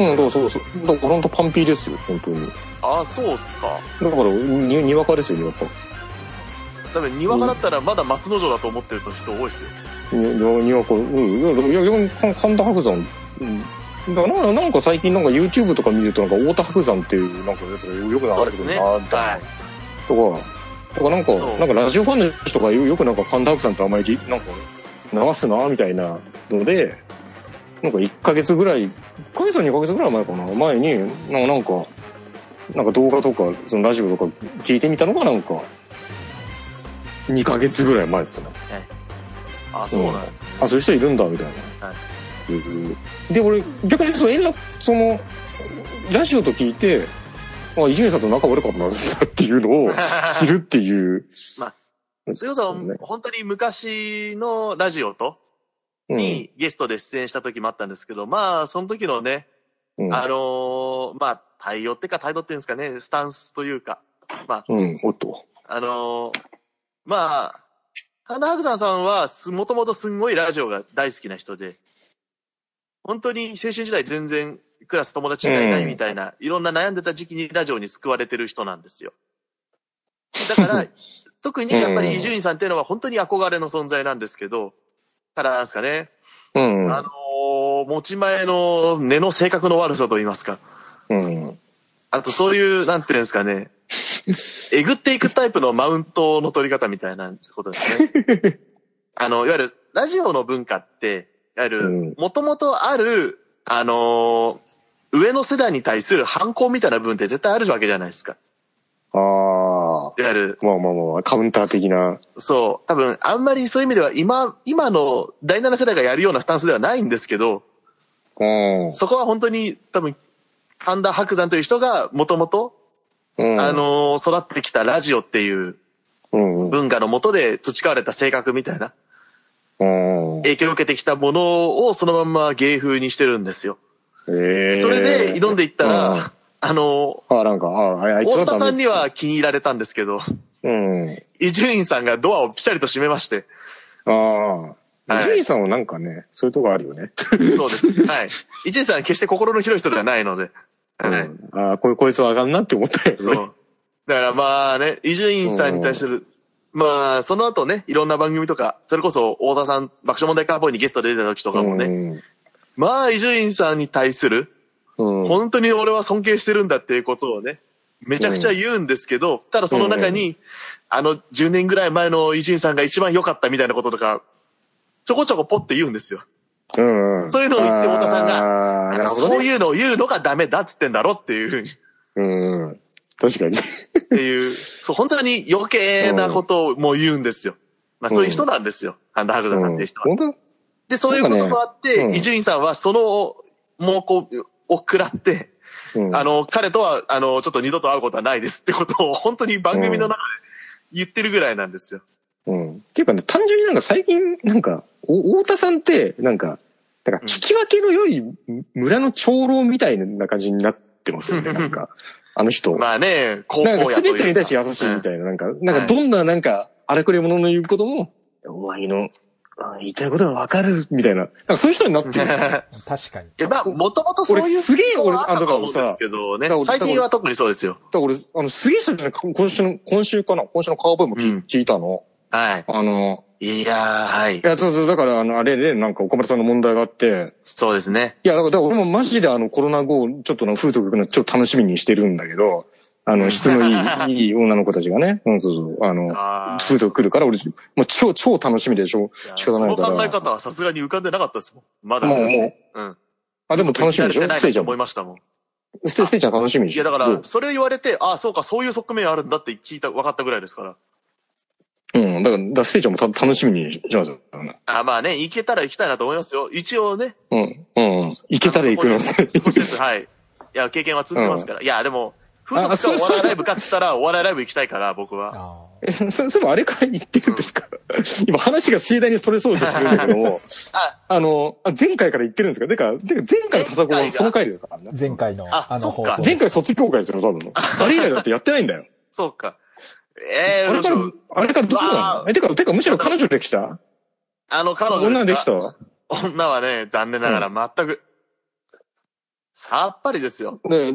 Speaker 1: うん、だからそうそう。だから本当パンピーですよ、本当に。だ
Speaker 2: ああ、そうっすか。
Speaker 1: から、に、にわかですよ、にわか。
Speaker 2: 多分、にわかだったらまだ松之丞だと思ってる人多いですよ。
Speaker 1: にににわか、うん、いや、いや、いやか神田伯山。うん。だからな、なんか最近なんか YouTube とか見ると、なんか太田伯山っていう、なんかやつがよく
Speaker 2: そ
Speaker 1: 流
Speaker 2: うで
Speaker 1: れて
Speaker 2: す
Speaker 1: く
Speaker 2: ね。
Speaker 1: るな、みたいな
Speaker 2: は。
Speaker 1: とか、とかなんか、
Speaker 2: そう
Speaker 1: なんかラジオファンの人がよよくなんか神田伯さんってあんまり、なんか流すな、みたいなので、なんか1ヶ月ぐらい、1ヶ月か2ヶ月ぐらい前かな、前に、なんか、なんか、なんか動画とか、そのラジオとか聞いてみたのがなんか、2ヶ月ぐらい前ですね。
Speaker 2: い。ああ、そうなんですね。
Speaker 1: あ、そういう人いるんだ、みたいな。
Speaker 2: は
Speaker 1: うんで、俺、逆にその円楽、その、ラジオと聞いて、あ、伊集院さんと仲悪かったんだっていうのを知るって いう。
Speaker 2: ま
Speaker 1: あ
Speaker 2: それこそ、本当に昔のラジオと、にゲストで出演した時もあったんですけど、まあ、その時のね、
Speaker 1: うん、
Speaker 2: あのーまあ、対応ってか態度っていうんですかね、スタンスというか、
Speaker 1: うん、おっと。
Speaker 2: あのーまあ、神田伯山さんはす、もともとすんごいラジオが大好きな人で、本当に青春時代全然クラス友達がいないみたいな、いろんな悩んでた時期にラジオに救われてる人なんですよ。だから、特にやっぱり伊集院さんっていうのは本当に憧れの存在なんですけど、ただなんですかね、
Speaker 1: うん、
Speaker 2: あのー持ち前の根の性格の悪さと言いますか。
Speaker 1: うん。
Speaker 2: あとそういう、なんていうんですかね。えぐっていくタイプのマウントの取り方みたいなことですね。 あの、いわゆる、ラジオの文化って、いわゆ
Speaker 1: うん
Speaker 2: る、もともとある、あのー上の世代に対する反抗みたいな部分って絶対あるわけじゃないですか。
Speaker 1: あ
Speaker 2: いわゆる、
Speaker 1: あ、まあまあまあ、カウンター的な。
Speaker 2: そう、多分、あんまりそういう意味では、今、今の第7世代がやるようなスタンスではないんですけど、
Speaker 1: うん。
Speaker 2: そこは本当に多分、神田伯山という人がもともと、
Speaker 1: うん、
Speaker 2: あ、のー育ってきたラジオっていう
Speaker 1: うん、うん。
Speaker 2: 文化のもとで培われた性格みたいな
Speaker 1: うん
Speaker 2: 影響を受けてきたものをそのまんま芸風にしてるんですよ。
Speaker 1: ええ
Speaker 2: それで挑んでいったら、
Speaker 1: うん
Speaker 2: あの
Speaker 1: あ、なんか、あ、あれあ
Speaker 2: ー
Speaker 1: いつ
Speaker 2: 大
Speaker 1: は
Speaker 2: 田
Speaker 1: ダメ
Speaker 2: さんには気に入られたんですけど、
Speaker 1: うん。
Speaker 2: 伊集院さんがドアをピシャリと閉め まして、
Speaker 1: ああ。
Speaker 2: はい
Speaker 1: 伊集院さんはなんかね、そういうとこあるよね。
Speaker 2: そうです。はい。伊集院さんは決して心の広い人ではないので、はい。
Speaker 1: うんああ、こいこいつはあかんなって思ったよね。
Speaker 2: そう。だからまあね、伊集院さんに対する、まあ、その後ね、いろんな番組とか、それこそ、大田さん、爆笑問題カーボーイにゲストで出てた時とかもね、まあ、伊集院さんに対する、
Speaker 1: うん。うん。
Speaker 2: 本当に俺は尊敬してるんだっていうことをね、めちゃくちゃ言うんですけど、ただその中に、あの、10年ぐらい前の伊集院さんが一番良かったみたいなこととか、ちょこちょこポって言うんですよ。
Speaker 1: うんうん。
Speaker 2: そういうのを言って太田さん
Speaker 1: が。ああ、なるほど、ね。
Speaker 2: そういうのを言うのがダメだっつってんだろっていうふうに、っ
Speaker 1: うんうん。確かに。
Speaker 2: ていう、そう、本当に余計なことをもう言うんですよ。まあそういう人なんですよ。ハンダハグダさんっていう人は。
Speaker 1: 本当
Speaker 2: で、そういうこともあっ
Speaker 1: なんかねう
Speaker 2: て、
Speaker 1: ん
Speaker 2: 伊集院さんはその猛攻を食らって、
Speaker 1: うん。
Speaker 2: あの、彼とは、あの、ちょっと二度と会うことはないですってことを、 本当に番組の中で言ってるぐらいなんですよ。
Speaker 1: うん。っていうかね、単純になんか最近、なんか、お太田さんって、なんか、だから聞き分けの良い村の長老みたいな感じになってますよね、なんか。あの人。
Speaker 2: まあね、高校
Speaker 1: なん
Speaker 2: や
Speaker 1: か
Speaker 2: という
Speaker 1: 全てに対して優しいみたいな、なんか、なん
Speaker 2: は
Speaker 1: か
Speaker 2: い
Speaker 1: どんななんか荒くれ者の言うことも、お前のあ言いたいことはわかる、みたいな。なんかそういう人になって る。だか
Speaker 2: うん
Speaker 3: 確かに。
Speaker 2: いや、まあ、もともとそういう
Speaker 1: 俺すげえ俺
Speaker 2: あったと思うんですけど
Speaker 1: あだから
Speaker 2: ね。
Speaker 1: 俺さ
Speaker 2: 最近は特にそうですよ。
Speaker 1: ら俺、あの、すげえ人じゃない今週の、今週かな今週のカーボーイも聞,、
Speaker 2: うん
Speaker 1: 聞いたの。
Speaker 2: は
Speaker 1: あの、
Speaker 2: い。いやー、はい
Speaker 1: い。や、そうそう、だから、あの、あれ、例のなんか岡村さんの問題があって、
Speaker 2: そうですね。
Speaker 1: いや、だから、だから俺もマジであの、コロナ後、ちょっとの風俗行くのちょっと楽しみにしてるんだけど、あの、質の いい、いい女の子たちがね、うん、そうそう、あの、
Speaker 2: あー
Speaker 1: 風俗来るから、俺、もう超、超楽しみでしょ。
Speaker 2: いや
Speaker 1: 仕方ないから
Speaker 2: その考え方はさすがに浮かんでなかったですもん。まだ。
Speaker 1: もう、もう。
Speaker 2: うん
Speaker 1: あ、でも楽しみでしょ
Speaker 2: な
Speaker 1: ステー
Speaker 2: い
Speaker 1: ジ
Speaker 2: と
Speaker 1: は
Speaker 2: 思いましたもん。
Speaker 1: ステステージは楽しみでし
Speaker 2: い
Speaker 1: ょ
Speaker 2: や、だか
Speaker 1: ど
Speaker 2: ら
Speaker 1: う、
Speaker 2: それ言われて、ああ、そうか、そういう側面あるんだって聞いた、分かったぐらいですから。
Speaker 1: うん、だから、だからステージはもうた楽しみにしますよ。
Speaker 2: あまあね、行けたら行きたいなと思いますよ。一応ね。
Speaker 1: うん、うん。行けたら行くよ。
Speaker 2: あのそこに少しずつ、はい。いや、経験は積んでますから。いや、でも、風
Speaker 1: あ
Speaker 2: 俗か
Speaker 1: そう
Speaker 2: お
Speaker 1: そう
Speaker 2: 笑いライブかっつったら、お笑いライブ行きたいから、僕は。
Speaker 3: あー
Speaker 1: え、そ、 そ、それもあれから言ってるんですか 今話が盛大にそれそうとしてるんだけども、
Speaker 2: あ、
Speaker 1: あの、あ前回から言ってるんですかだから、だから前回のパサコはその回ですからね。
Speaker 3: 前回の
Speaker 2: あ
Speaker 3: あの
Speaker 2: そ
Speaker 3: 放
Speaker 2: っか
Speaker 3: 送。
Speaker 1: 前回卒業会ですよ、多 分。あれ以来だってやってないんだよ。
Speaker 2: そうか。ええ
Speaker 1: あれから
Speaker 2: どうしよう、
Speaker 1: あれからどこな
Speaker 2: わ
Speaker 1: のえ、てか、てか、むしろ彼女できた
Speaker 2: あの、彼女
Speaker 1: 女で
Speaker 2: で
Speaker 1: き
Speaker 2: すか
Speaker 1: た
Speaker 2: 女はね、残念ながら全く、さっぱりですよ。
Speaker 1: で、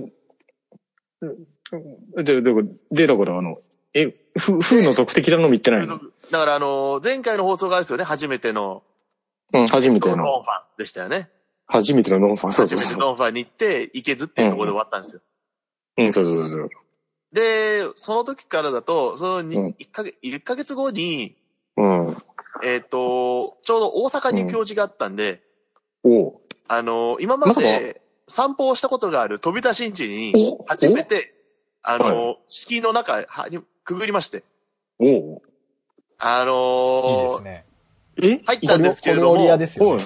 Speaker 1: で、で、で、だから、あの、え、ふ、風の属的なのみ言ってないの
Speaker 2: だから、あのー前回の放送がですよね、初めての、
Speaker 1: うん、初めて
Speaker 2: ノンフ
Speaker 1: の、
Speaker 2: ァンでしたよね。
Speaker 1: 初めてのノンファン。そう
Speaker 2: 初
Speaker 1: そう
Speaker 2: めて
Speaker 1: そう。
Speaker 2: ノンファンに行って、行けずっていうところで終わったんですよ。
Speaker 1: うん、そうそうそう。
Speaker 2: で、その時からだと、そのに、
Speaker 1: うん
Speaker 2: 1ヶ月、1ヶ月後に、
Speaker 1: うん。
Speaker 2: えっ、と、ちょうど大阪に行く用事があったんで、
Speaker 1: おう
Speaker 2: あのー今ま
Speaker 1: まさか
Speaker 2: で散歩をしたことがある飛び出しんちに、
Speaker 1: お
Speaker 2: 初めて、あのー
Speaker 1: は
Speaker 2: 敷居の中はにくぐりまして、
Speaker 1: おう
Speaker 2: あ
Speaker 3: いい
Speaker 2: の
Speaker 3: で
Speaker 2: ー
Speaker 3: すね。
Speaker 1: え
Speaker 2: 入ったんですけれど
Speaker 3: コリア
Speaker 2: も、
Speaker 3: ですよ
Speaker 1: おい
Speaker 3: ね。。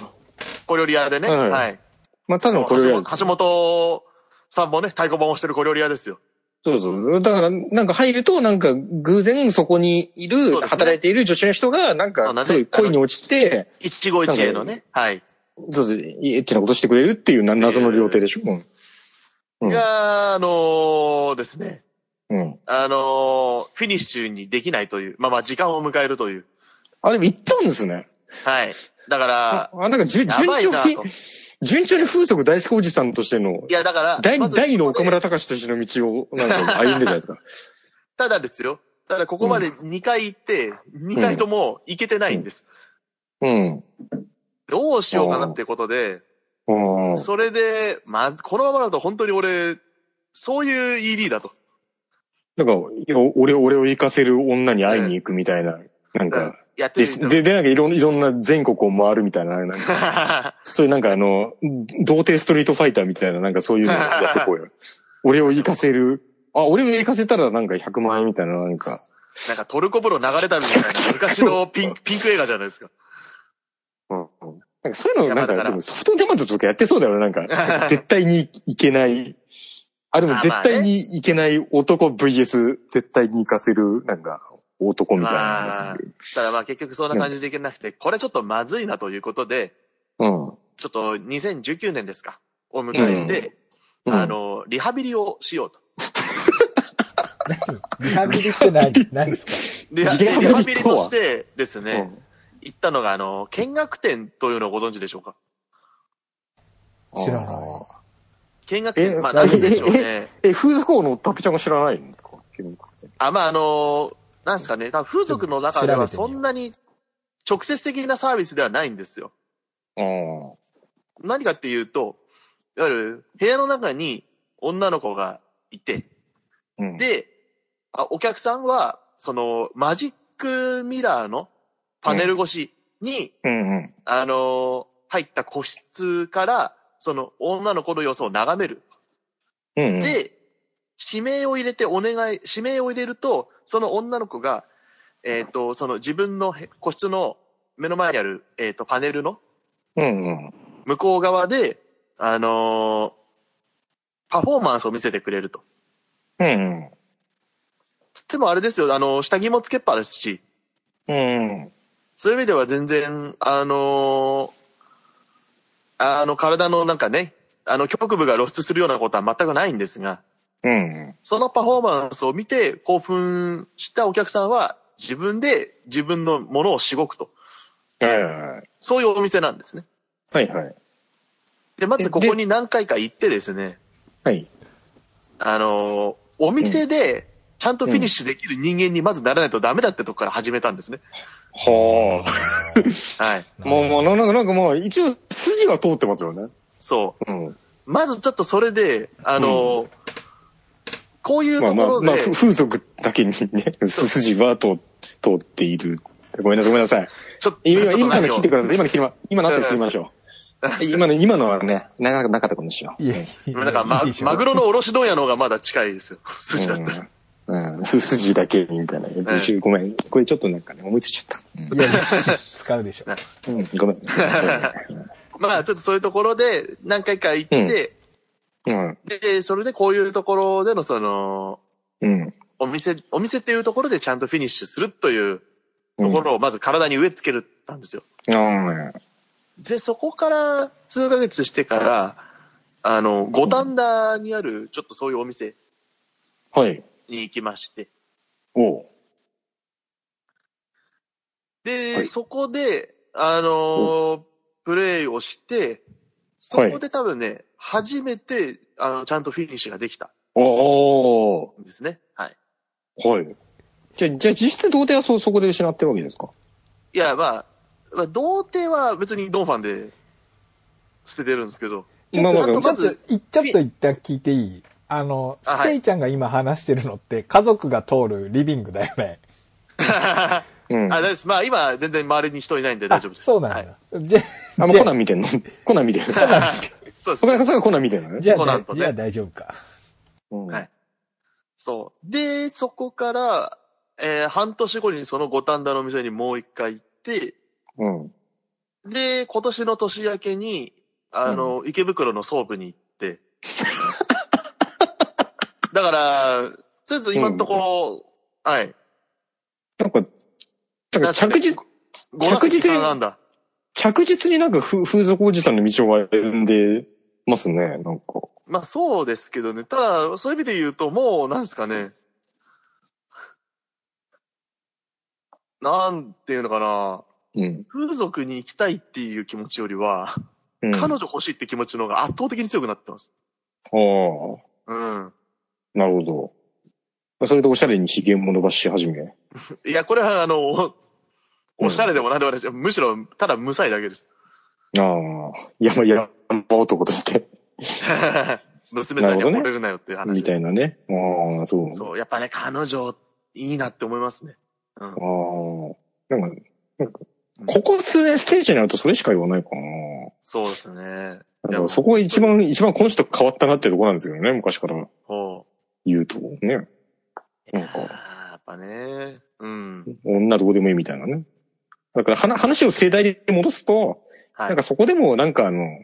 Speaker 2: 小料理屋でね、
Speaker 1: はい
Speaker 2: はい。
Speaker 1: まあ、ただのこれ
Speaker 2: 橋
Speaker 1: は
Speaker 2: 本、橋本さんもね、太鼓判をしてる小料理屋ですよ。
Speaker 1: そうそう。だから、なんか入ると、なんか偶然そこにいる、
Speaker 2: そうですね
Speaker 1: 働いている女子の人が、なん
Speaker 2: そ
Speaker 1: か
Speaker 2: うなん、です
Speaker 1: すごい恋に落ちて、
Speaker 2: 一期一会のね。はい。
Speaker 1: そうそう、いエッチなことしてくれるっていうな謎の料亭でしょ、うんうん
Speaker 2: いやーあのーですね。
Speaker 1: うん。
Speaker 2: あのーフィニッシュにできないという。まあまあ、時間を迎えるという。
Speaker 1: あ、でも行ったんですね。
Speaker 2: はい。だから
Speaker 1: あ、、なんかじゅ
Speaker 2: や
Speaker 1: 順
Speaker 2: ばいな
Speaker 1: 調に
Speaker 2: と。、
Speaker 1: 順調に風俗大好きおじさんとしての
Speaker 2: い、や、だから、
Speaker 1: 大、
Speaker 2: まず
Speaker 1: 大の岡村隆史としての道を、なんか歩んでるじゃない ですか。
Speaker 2: ただですよ。ただ、ここまで2回行って、2回とも行けてないんです。
Speaker 1: うん。
Speaker 2: どうしようかなっていうことで、
Speaker 1: うん。
Speaker 2: それで、まず、このままだと本当に俺、そういう ED だと。
Speaker 1: なんか、いや俺を、俺を行かせる女に会いに行くみたいな、なんか、
Speaker 2: やっ
Speaker 1: で、
Speaker 2: てみたら
Speaker 1: で、で、なんかいろんいろんな全国を回るみたいな、なんか、そういうなんかあの、童貞ストリートファイターみたいな、なんかそういうのやってこう よ。俺を行かせる。あ、俺を行かせたらなんか100万円みたいな、なんか。
Speaker 2: なんかトルコ風呂流れたみたいな昔のピンピンク映画じゃないですか。
Speaker 1: うんなんかそういうの、なん
Speaker 2: いやまあだか
Speaker 1: か、
Speaker 2: ら
Speaker 1: でもソフトデマンドとかやってそうだよね、なん か。絶対に行けない。あ、でも
Speaker 2: あ
Speaker 1: 絶対に行けない男 VS、絶対に行かせる、なんか、男みたいな
Speaker 2: まあ
Speaker 1: 感じ。
Speaker 2: ただまあ結局そんな感じでいけなくて、これちょっとまずいなということで、
Speaker 1: うん。
Speaker 2: ちょっと2019年ですか、を迎えて、
Speaker 1: うん
Speaker 2: あ、の、リハビリをしようと。
Speaker 3: リハビリって何、何ですか
Speaker 2: リハ
Speaker 1: リハビリとは
Speaker 2: リハビリとしてです
Speaker 1: う
Speaker 2: ね、
Speaker 1: ん
Speaker 2: 行ったのが、あの、見学展というのをご存知でしょうか
Speaker 3: 知らない
Speaker 2: 見学
Speaker 1: え
Speaker 2: 展、まあ何でしょうね。
Speaker 1: え、風俗王のタピちゃんが知らないのか
Speaker 2: あ、まああの、なんですかね、多分風俗の中ではそんなに直接的なサービスではないんですよ。
Speaker 1: うん。
Speaker 2: 何かっていうと、いわゆる部屋の中に女の子がいて、
Speaker 1: うん、
Speaker 2: で、あお客さんは、その、マジックミラーのパネル越しに、
Speaker 1: うんうん。
Speaker 2: あのー入った個室から、その女の子の様子を眺める。
Speaker 1: うんうん、
Speaker 2: で、指名を入れてお願い、指名を入れると、その女の子が、えっ、と、その自分のへ個室の目の前にある、えっ、と、パネルの
Speaker 1: うんうん。
Speaker 2: 向こう側で、あのーパフォーマンスを見せてくれると。
Speaker 1: うん
Speaker 2: つってもあれですよ、あのー下着もつけっぱですし、
Speaker 1: うん。うん。
Speaker 2: そういう意味では全然、あのあの、体のなんかね、あの、局部が露出するようなことは全くないんですが、
Speaker 1: うん。
Speaker 2: そのパフォーマンスを見て興奮したお客さんは自分で自分のものをしごくと。
Speaker 1: はいはい
Speaker 2: そういうお店なんですね。
Speaker 1: はい。はいはい。
Speaker 2: で、まずこ
Speaker 1: え
Speaker 2: こ
Speaker 1: で
Speaker 2: に何回か行ってですね、
Speaker 1: はい。
Speaker 2: あの、お店でちゃんとフィニッシュできる人間にまずならないとダメだってとこから始めたんですね。
Speaker 1: は
Speaker 2: はい。
Speaker 1: あ。もう、もう、なんか、なんかもう、一応、筋は通ってますよね。
Speaker 2: そう。
Speaker 1: うん。
Speaker 2: まずちょっとそれで、あの、こういう
Speaker 1: まあ
Speaker 2: とこ
Speaker 1: まあ、
Speaker 2: ろで、
Speaker 1: まあ、ふ風俗だけにね、筋は通通っている。ごめんなさい、ごめんなさい。
Speaker 2: ちょっと、
Speaker 1: 今、今
Speaker 2: ちょっと
Speaker 1: 今の
Speaker 2: 何を
Speaker 1: 聞いてください。今の聞いてま、今の後で聞きましょう。今の、今のはね、長くなかったかもしれない。
Speaker 3: いや、いや
Speaker 2: だからま
Speaker 3: いいでしょ
Speaker 2: マグロの卸問屋の方がまだ近いですよ。 筋だったら。
Speaker 1: うん、うん、す筋だけみたいな。ごめん。これちょっとなんかね、思いついちゃっ
Speaker 3: いやいや使うでしょ。
Speaker 1: た。うん、ごめん。
Speaker 2: まあ、ちょっとそういうところで何回か行って、
Speaker 1: うん、
Speaker 2: で、それでこういうところでのその、
Speaker 1: うん。
Speaker 2: お店、お店っていうところでちゃんとフィニッシュするというところをまず体に植え付けるたんですよ。
Speaker 1: うん。
Speaker 2: で、そこから数ヶ月してから、あの、五反田にあるちょっとそういうお店
Speaker 1: はい。
Speaker 2: に行きまして、
Speaker 1: おう。
Speaker 2: で、
Speaker 1: はい
Speaker 2: そこで、あのープレイをして、そこで多分ね、初めて、あの、ちゃんとフィニッシュができた
Speaker 1: お
Speaker 2: んですね。はい。
Speaker 1: はい。じゃあ、じゃあ実質童貞はそ、そこで失ってるわけですか
Speaker 2: いや、まあ、まあ、童貞は別にドンファンで捨ててるんですけど、
Speaker 3: ちょっ
Speaker 1: まあまあ
Speaker 3: と、ちょっ
Speaker 2: ま
Speaker 3: と
Speaker 2: ず、
Speaker 3: いちょっと一旦聞いていいあの、
Speaker 2: あ
Speaker 3: ステイちゃんが今話してるのって、家族が通るリビングだよね。
Speaker 1: うん。
Speaker 2: あ、
Speaker 1: あ、
Speaker 2: 大丈夫です。まあ、今、全然周りに人いないんで大丈夫です。
Speaker 3: そうなんだ。
Speaker 2: はい
Speaker 3: じゃ、
Speaker 1: もう
Speaker 3: じ
Speaker 1: コ
Speaker 3: ゃ
Speaker 1: ナ
Speaker 3: あ、
Speaker 1: ン見てんのコナン見てる。他の
Speaker 2: そうです。
Speaker 1: 方がコナン見てるのね。
Speaker 3: じゃ
Speaker 2: コナ
Speaker 3: あ、
Speaker 2: ンとね
Speaker 3: じゃあ大丈夫か。
Speaker 1: はい。
Speaker 2: そう。で、そこから、えー半年後にその五反田のお店にもう一回行って、
Speaker 1: うん。
Speaker 2: で、今年の年明けに、あの、池袋の総部に行って。だから、とりあえず今んとこ、はい。
Speaker 1: なんか、なんか着実、着実に
Speaker 2: なんだ。
Speaker 1: 着実になんか風風俗おじさんの道を歩んでますね、なんか。
Speaker 2: まあそうですけどね。ただ、そういう意味で言うと、もう、なんですかね。なんていうのかな。
Speaker 1: うん。
Speaker 2: 風俗に行きたいっていう気持ちよりは、
Speaker 1: うん、
Speaker 2: 彼女欲しいって気持ちの方が圧倒的に強くなってます。
Speaker 1: ああ。
Speaker 2: うん。
Speaker 1: なるほど。それでおしゃれに髭も伸ばし始め。
Speaker 2: いや、これはあの、
Speaker 1: うん
Speaker 2: おしゃれでもなんでもないです。むしろ、ただ無さいだけです。
Speaker 1: ああ、山、山男として、
Speaker 2: 娘さんに
Speaker 1: なるほど
Speaker 2: は
Speaker 1: ね
Speaker 2: 惚れるなよっていう話
Speaker 1: み
Speaker 2: で
Speaker 1: たいなね。ああ、そう。
Speaker 2: す。そう、やっぱね、彼女、いいなって思いますね。うん。
Speaker 1: ああ、なんか、なんか、ここ数年ステージになるとそれしか言わないかな。
Speaker 2: そうですね。い
Speaker 1: だか
Speaker 2: や
Speaker 1: らそこが一番、一番この人変わったなってとこなんですけどね、昔から
Speaker 2: ほ
Speaker 1: 言うと。ね。
Speaker 2: う。い
Speaker 1: なん
Speaker 2: やー
Speaker 1: か、
Speaker 2: やっぱね、うん。
Speaker 1: 女どうでもいいみたいなね。だから、はな話を盛大に戻すと、
Speaker 2: は
Speaker 1: なん
Speaker 2: い
Speaker 1: か。そこでもなんかあの、なん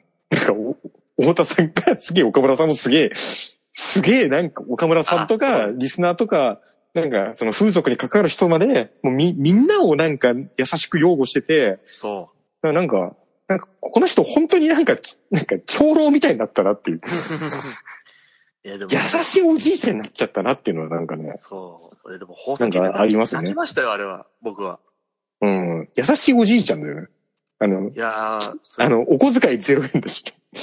Speaker 1: かお、太田さんがすげえ、岡村さんもすげえ、すげえなんか岡村さんと
Speaker 2: あ
Speaker 1: か、
Speaker 2: そう
Speaker 1: リスナーとか、なんかその風俗に関わる人まで、もうみ、みんなをなんか優しく擁護してて、
Speaker 2: そ
Speaker 1: ななんか、なんかこの人本当になんか、なんか長老みたいになったなっていう、
Speaker 2: う。いや、でも
Speaker 1: 優、しいおじいちゃんになっちゃったなっていうのはなんかね、
Speaker 2: そう。これでも放送
Speaker 1: なんかありますね
Speaker 2: 泣きましたよ、あれは。僕は。
Speaker 1: うん、優しいおじいちゃんだよね。あの
Speaker 2: い、やー、それ
Speaker 1: あの、お小遣い0円だし。
Speaker 2: ね、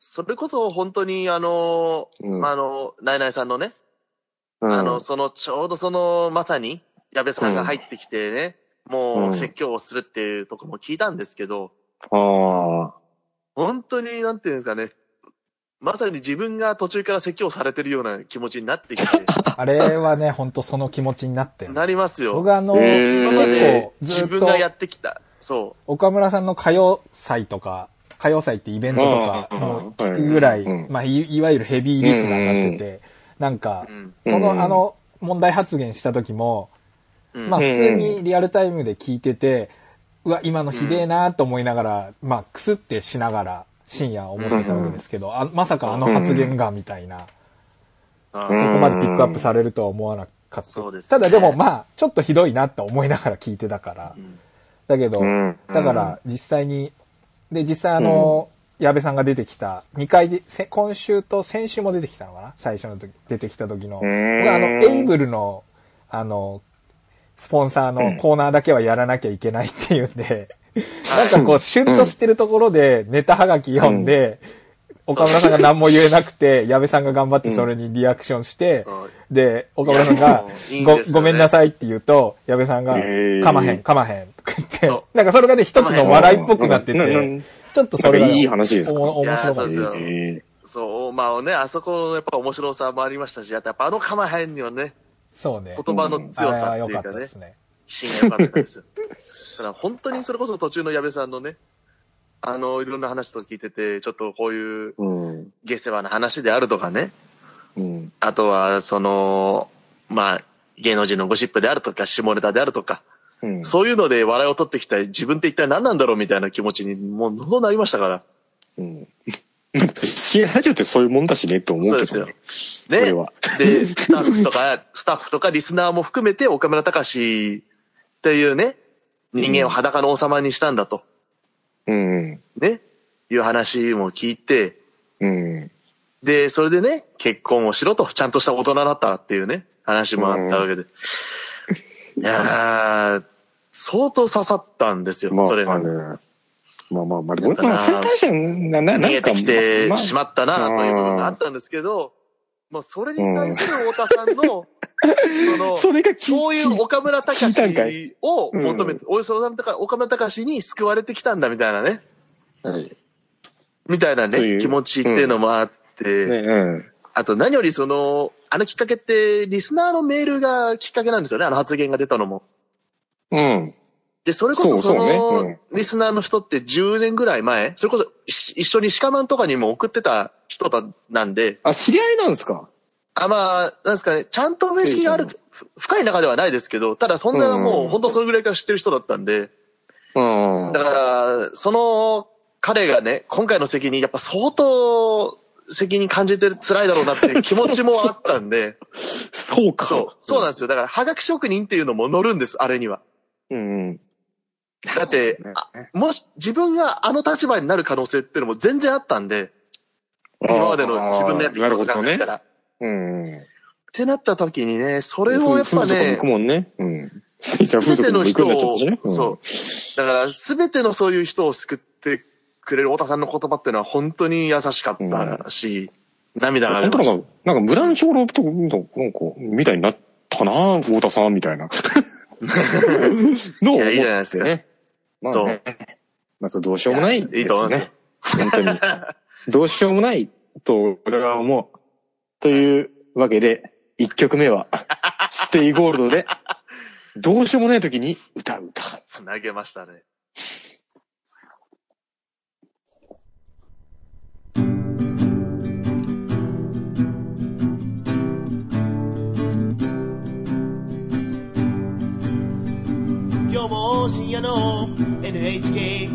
Speaker 2: それこそ本当に、あの
Speaker 1: う
Speaker 2: ー、
Speaker 1: ん
Speaker 2: まあ、あの、ナイナイさんのね、
Speaker 1: うん
Speaker 2: あの、その、ちょうどその、まさに、矢部さんが入ってきてね、も
Speaker 1: うん
Speaker 2: う説教をするっていうとこも聞いたんですけど、
Speaker 1: あ
Speaker 2: 本当に、なんていうんですかね、まさに自分が途中から説教されてるような気持ちになっ てき
Speaker 3: あれはね、ほんとその気持ちになって
Speaker 2: て、なりますよ。
Speaker 3: 僕はあの、
Speaker 1: へー
Speaker 2: 今まで
Speaker 3: 結
Speaker 2: 自
Speaker 3: 構ずっ
Speaker 2: 分がや
Speaker 3: と、
Speaker 2: ってきた。そ
Speaker 3: 岡村さんの歌謡祭とか、歌謡祭ってイベントとか、
Speaker 1: うん
Speaker 3: もう聞くぐらい、
Speaker 1: うん
Speaker 3: まあい、いわゆるヘビーリスナーになってて、なんか
Speaker 2: う。う、ん。
Speaker 1: うん
Speaker 3: その、
Speaker 1: うん
Speaker 3: あの、問題発言した時も、
Speaker 2: うん
Speaker 3: まあ
Speaker 1: うん
Speaker 3: 普通にリアルタイムで聞いてて、うわ、今のひでえなと思いながら、まあくすってしながら深夜思ってたわけですけど、あまさかあの発言がみたいな、
Speaker 2: あ
Speaker 1: うん
Speaker 3: そ
Speaker 2: そう
Speaker 3: こまでピックアップされるとは思わなかった。
Speaker 2: そうですね
Speaker 3: ただでもまあ、ちょっとひどいなって思いながら聞いてたから
Speaker 2: う。ん
Speaker 3: だけど、
Speaker 1: うん
Speaker 3: だから実際にで、実際あの、矢部さんが出てきた、2回で、せ今週と先週も出てきたのかな最初の時、出てきた時の。僕はあの、エイブルの、あの、スポンサーのコーナーだけはやらなきゃいけないっていうんで、なんかこう、シュッとしてるところで、ネタはがき読んで、岡村さんが何も言えなくて、矢部さんが頑張ってそれにリアクションして、
Speaker 2: そう
Speaker 3: で、岡村さん
Speaker 2: い
Speaker 3: が
Speaker 2: やもういいん
Speaker 3: ご
Speaker 2: ですよね
Speaker 3: ごめんなさいって言うと、矢部さんが、
Speaker 1: へー
Speaker 3: かまへん、かまへん、とか言って
Speaker 2: そ、
Speaker 3: なんかそれがね、一つの笑いっぽくなって
Speaker 1: うんうんう
Speaker 3: て
Speaker 1: ん、
Speaker 3: ちょっと
Speaker 1: な
Speaker 3: そ
Speaker 1: んか
Speaker 3: れがね
Speaker 1: いい話です
Speaker 3: お
Speaker 1: か
Speaker 3: も面白かっ
Speaker 2: い
Speaker 3: た
Speaker 2: や。そうそう
Speaker 1: え
Speaker 2: そう、まあね、あそこのやっぱ面白さもありましたし、あとやっぱあの構えへんにはね、
Speaker 3: そうね。
Speaker 2: 言葉の強さ
Speaker 3: あ
Speaker 2: っ
Speaker 3: れは
Speaker 2: てい
Speaker 3: 良かっ
Speaker 2: う
Speaker 3: た
Speaker 2: か
Speaker 3: で
Speaker 2: ね
Speaker 3: す、ね。
Speaker 2: シーンが良かったですよ。だから本当にそれこそ途中の矢部さんのね、あの、いろんな話と聞いてて、ちょっとこうい
Speaker 1: ー
Speaker 2: う
Speaker 1: うん。
Speaker 2: 下世話な話であるとかね、
Speaker 1: うん。
Speaker 2: あとはその、まあ、芸能人のゴシップであるとか、下ネタであるとか、
Speaker 1: うん。
Speaker 2: そういうので笑いを取ってきた自分って一体何なんだろうみたいな気持ちにもうどんなりましたから。
Speaker 1: うん。シラジオってそういうもんだしねと思
Speaker 2: そう
Speaker 1: う
Speaker 2: で
Speaker 1: け
Speaker 2: す
Speaker 1: ど
Speaker 2: よ
Speaker 1: ね。。これ
Speaker 2: ね
Speaker 1: は。
Speaker 2: で、スタッフとか、 スタッフとかリスナーも含めて岡村隆史っていうね、人間を裸の王様にしたんだと、
Speaker 1: うん。
Speaker 2: ね、いう話も聞いて、
Speaker 1: うん。
Speaker 2: で、それでね、結婚をしろと、ちゃんとした大人だったっていうね、話もあったわけで。いやー、相当刺さったんですよ、
Speaker 1: まあ、
Speaker 2: それ
Speaker 1: あ
Speaker 2: が。
Speaker 1: の
Speaker 2: 逃
Speaker 1: まあまあまあ、で
Speaker 2: だ
Speaker 1: も、
Speaker 2: から
Speaker 1: まあ、それに対してはな、な、なん
Speaker 2: げ
Speaker 1: か、
Speaker 2: てきて
Speaker 1: まあ
Speaker 2: しまったな、という部分があったんですけど、もうそれに対する太田さ んの、その、
Speaker 1: それがき
Speaker 2: そういう岡村隆
Speaker 1: 聞いたんか
Speaker 2: 史を求めて、およそなんとか岡村隆史に救われてきたんだみたいなね、
Speaker 1: はい
Speaker 2: みたいな
Speaker 1: そうい
Speaker 2: ね、
Speaker 1: う
Speaker 2: 気持ちっていうのもあって、
Speaker 1: ね、うん。
Speaker 2: あと何よりその、あのきっかけって、リスナーのメールがきっかけなんですよね、あの発言が出たのも。
Speaker 1: うん。
Speaker 2: で、それこそ
Speaker 1: そ
Speaker 2: そう
Speaker 1: そうね
Speaker 2: の、リスナーの人って10年ぐらい前、それこそし一緒にシカマンとかにも送ってた人だなんで、
Speaker 1: あ、知り合いなんですか
Speaker 2: あ、まあ、なんですかね、ちゃんと面識があ
Speaker 1: そう
Speaker 2: る、ふ深い中ではないですけど、ただ存在は
Speaker 1: う
Speaker 2: も
Speaker 1: ん
Speaker 2: う本当それぐらいから知ってる人だったんで、
Speaker 1: うん。
Speaker 2: だから、その彼がね、今回の責任、やっぱ相当責任感じてる辛いだろうなっていう気持ちもあったんで、
Speaker 1: そうか。
Speaker 2: そう、そうなんですよ。だから、はがき職人っていうのも乗るんです、あれには。
Speaker 1: うんうん。
Speaker 2: だって、あもし、自分があの立場になる可能性っていうのも全然あったんで、今までの自分のやってき
Speaker 1: あーなる
Speaker 2: たこ
Speaker 1: ほど
Speaker 2: と考
Speaker 1: ね
Speaker 2: えた。ら。っ
Speaker 1: うん。
Speaker 2: てなった時にね、そ
Speaker 1: こ
Speaker 2: れをやっぱね
Speaker 1: 行、くもんね。うん。
Speaker 2: すべ ての人を、
Speaker 1: そ
Speaker 2: そう。だから、すべてのそういう人を救ってくれる太田さんの言葉っていうのは本当に優しかったし、涙
Speaker 1: な
Speaker 2: が出
Speaker 1: んか、
Speaker 2: ました。
Speaker 1: なんか、無駄な小六と、なんか、みたいになったなぁ、太田さん、みたいな。 のを思ってね。
Speaker 2: いやいいじゃないですか
Speaker 1: まあ、
Speaker 2: そう
Speaker 1: ね。まあ、それどうしようもないですね。
Speaker 2: いやいいと思います
Speaker 1: 本当に。 どうしようもないと、俺は思う。というわけで、一曲目は、ステイゴールドで、どうしようもない時に歌う歌。
Speaker 2: つなげましたね。
Speaker 4: 今日も深夜の NHK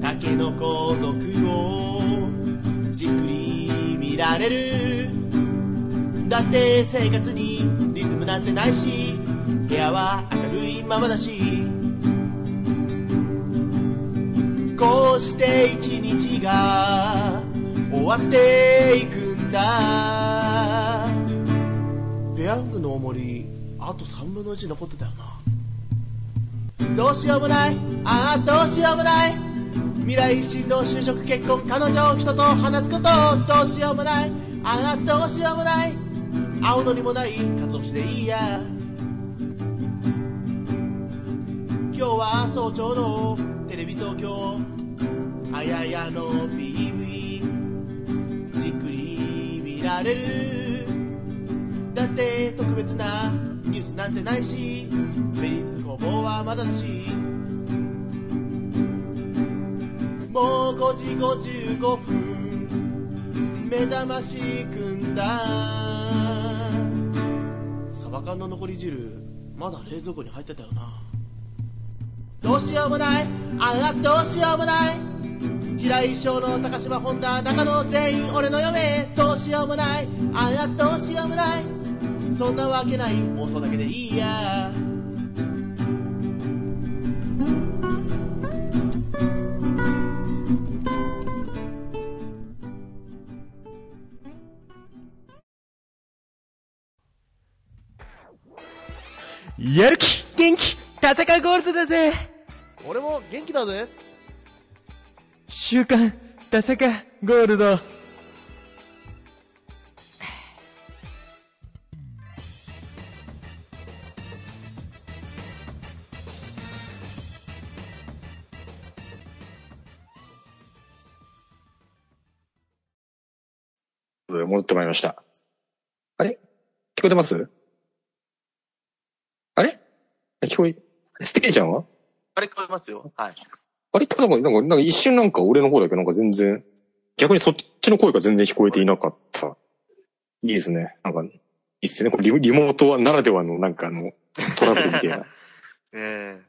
Speaker 4: 竹の皇族をじっくり見られるだって生活にリズムなんてないし部屋は明るいままだしこうして一日が終わっていくんだペヤングのお森あと3分の1残ってたよなどうしようもないああどうしようもない未来進路就職結婚彼女人と話すことどうしようもないああどうしようもない青のりもない鰹節でいいや今日は早朝のテレビ東京あややの PV じっくり見られるだって特別なニュースなんてないしベリーズ工房はまだだしもう5時55分目覚ましくんだサバ缶の残り汁まだ冷蔵庫に入ってたよなどうしようもないああどうしようもない平井翔の高島本田中野全員俺の嫁どうしようもないああどうしようもないそんなわけない妄想だけでいいや
Speaker 5: やる気元気田坂ゴールドだぜ
Speaker 4: 俺も元気だぜ
Speaker 5: 週刊田坂ゴールド
Speaker 6: 戻ってまいりました。
Speaker 1: 聞こえてますあれ聞こえ、ステーちゃんは
Speaker 2: あれ聞こえますよ。はい。
Speaker 1: あれなんか、なんか、なんか一瞬なんか俺の方だけなんか全然、逆にそっちの声が全然聞こえていなかった。いいですね。なんか、いいっすね。これリモリモートならではのなんかあの、トラブルみた いな。
Speaker 2: ええ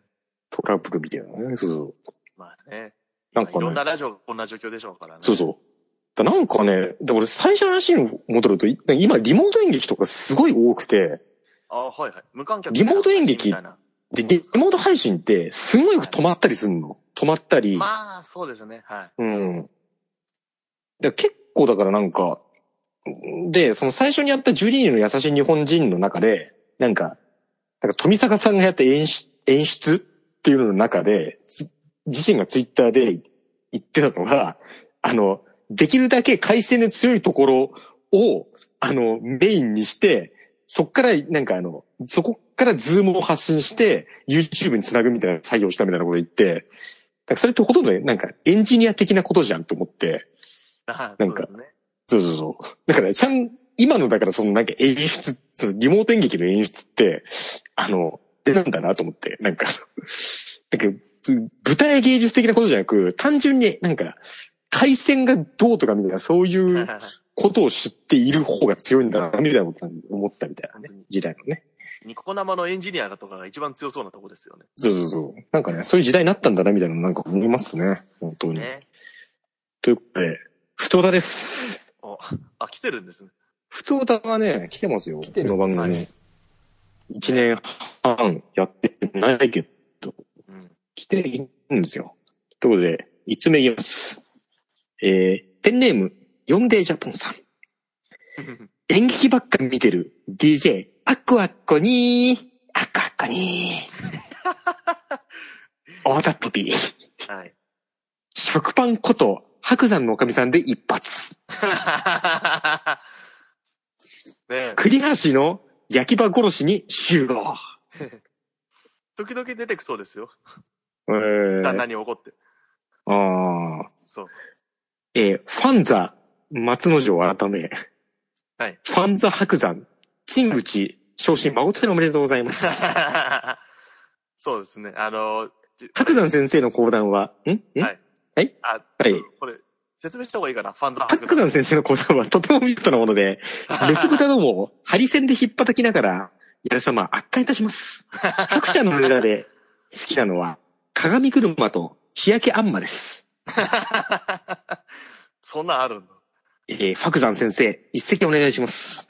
Speaker 1: トラブルみたいなね。そうそう。
Speaker 2: まあね。
Speaker 1: なんかね
Speaker 2: いろんなラジオこんな状況でしょうからね。
Speaker 1: そうそう。だなんかね、だから最初の話に戻ると、い今リモート演劇とかすごい多くて、
Speaker 2: あはいはい。無観客
Speaker 1: リモート演劇
Speaker 2: みたいな
Speaker 1: で、リリモート配信ってすごい止まったりすんの。止まったり。
Speaker 2: まあ、そうですね。はい。
Speaker 1: うん。で結構だからなんか、で、その最初にやったジュリーの優しい日本人の中で、なんか、なんか富坂さんがやった演出演出っていうのの中で、つ自身がツイッターで言ってたのが、あの、できるだけ回線で強いところを、あの、メインにして、そっから、なんかあの、そこからズームを発信して、YouTube につなぐみたいな作業をしたみたいなこと言って、だからそれってほとんどなんかエンジニア的なことじゃんと思って。
Speaker 2: あ
Speaker 1: なんか
Speaker 2: そうですね。
Speaker 1: そうそうそう。だから、ちゃん、今のだからそのなんか演出、そのリモート演劇の演出って、あの、でなんだなと思って、なんか、なんか、舞台芸術的なことじゃなく、単純になんか、回線がどうとかみたいな、そう いうことを知っている方が強いんだな、みたいなこと思ったみたいなね
Speaker 2: 本当に、
Speaker 1: 時代のね。
Speaker 2: ニコ生のエンジニアとかが一番強そうなとこですよね。
Speaker 1: そうそうそう。なんかね、そういう時代になったんだな、みたいなのなんか思いますね。本当に。
Speaker 2: ね。
Speaker 1: ということで、ふとだです。
Speaker 2: お、あ、来てるんですね。
Speaker 1: 普通歌がね、来てますよ。
Speaker 3: てる
Speaker 1: この番組。一年半やってないけど、
Speaker 2: うん。
Speaker 1: 来ているんですよ。ということで、5つ目いきます。えー、ペンネーム、ヨンデージャポンさん。演劇ばっか見てる DJ、アッコアッコにー、アッコアッコにー。大田っぽび、
Speaker 2: はい。
Speaker 1: 食パンこと、白山のおかみさんで一発。
Speaker 2: ねえ
Speaker 1: 栗橋の焼き場殺しに集合。
Speaker 2: 時々出てくそうですよ。
Speaker 1: えー
Speaker 2: 旦那に怒って。
Speaker 1: ああ。
Speaker 2: そう。
Speaker 1: えーファンザ、松之丞改め。
Speaker 2: はい。
Speaker 1: ファンザ白山、陳口、昇進誠におめでとうございます。
Speaker 2: そうですね。あの、
Speaker 1: 白山先生の講談は、んん
Speaker 2: はいあ、
Speaker 1: はい
Speaker 2: これ、説明した方がいいかな。ファンザ
Speaker 1: 白山先生の講談はとても見事なもの で、メス豚どもをハリセンで引っ叩きながら、やる様悪化いたし ます。白ちゃんのネタで好きなのは、鏡車と日焼けあんまです。
Speaker 2: そんなんあるの
Speaker 1: えー、白山先生、一席お願いします。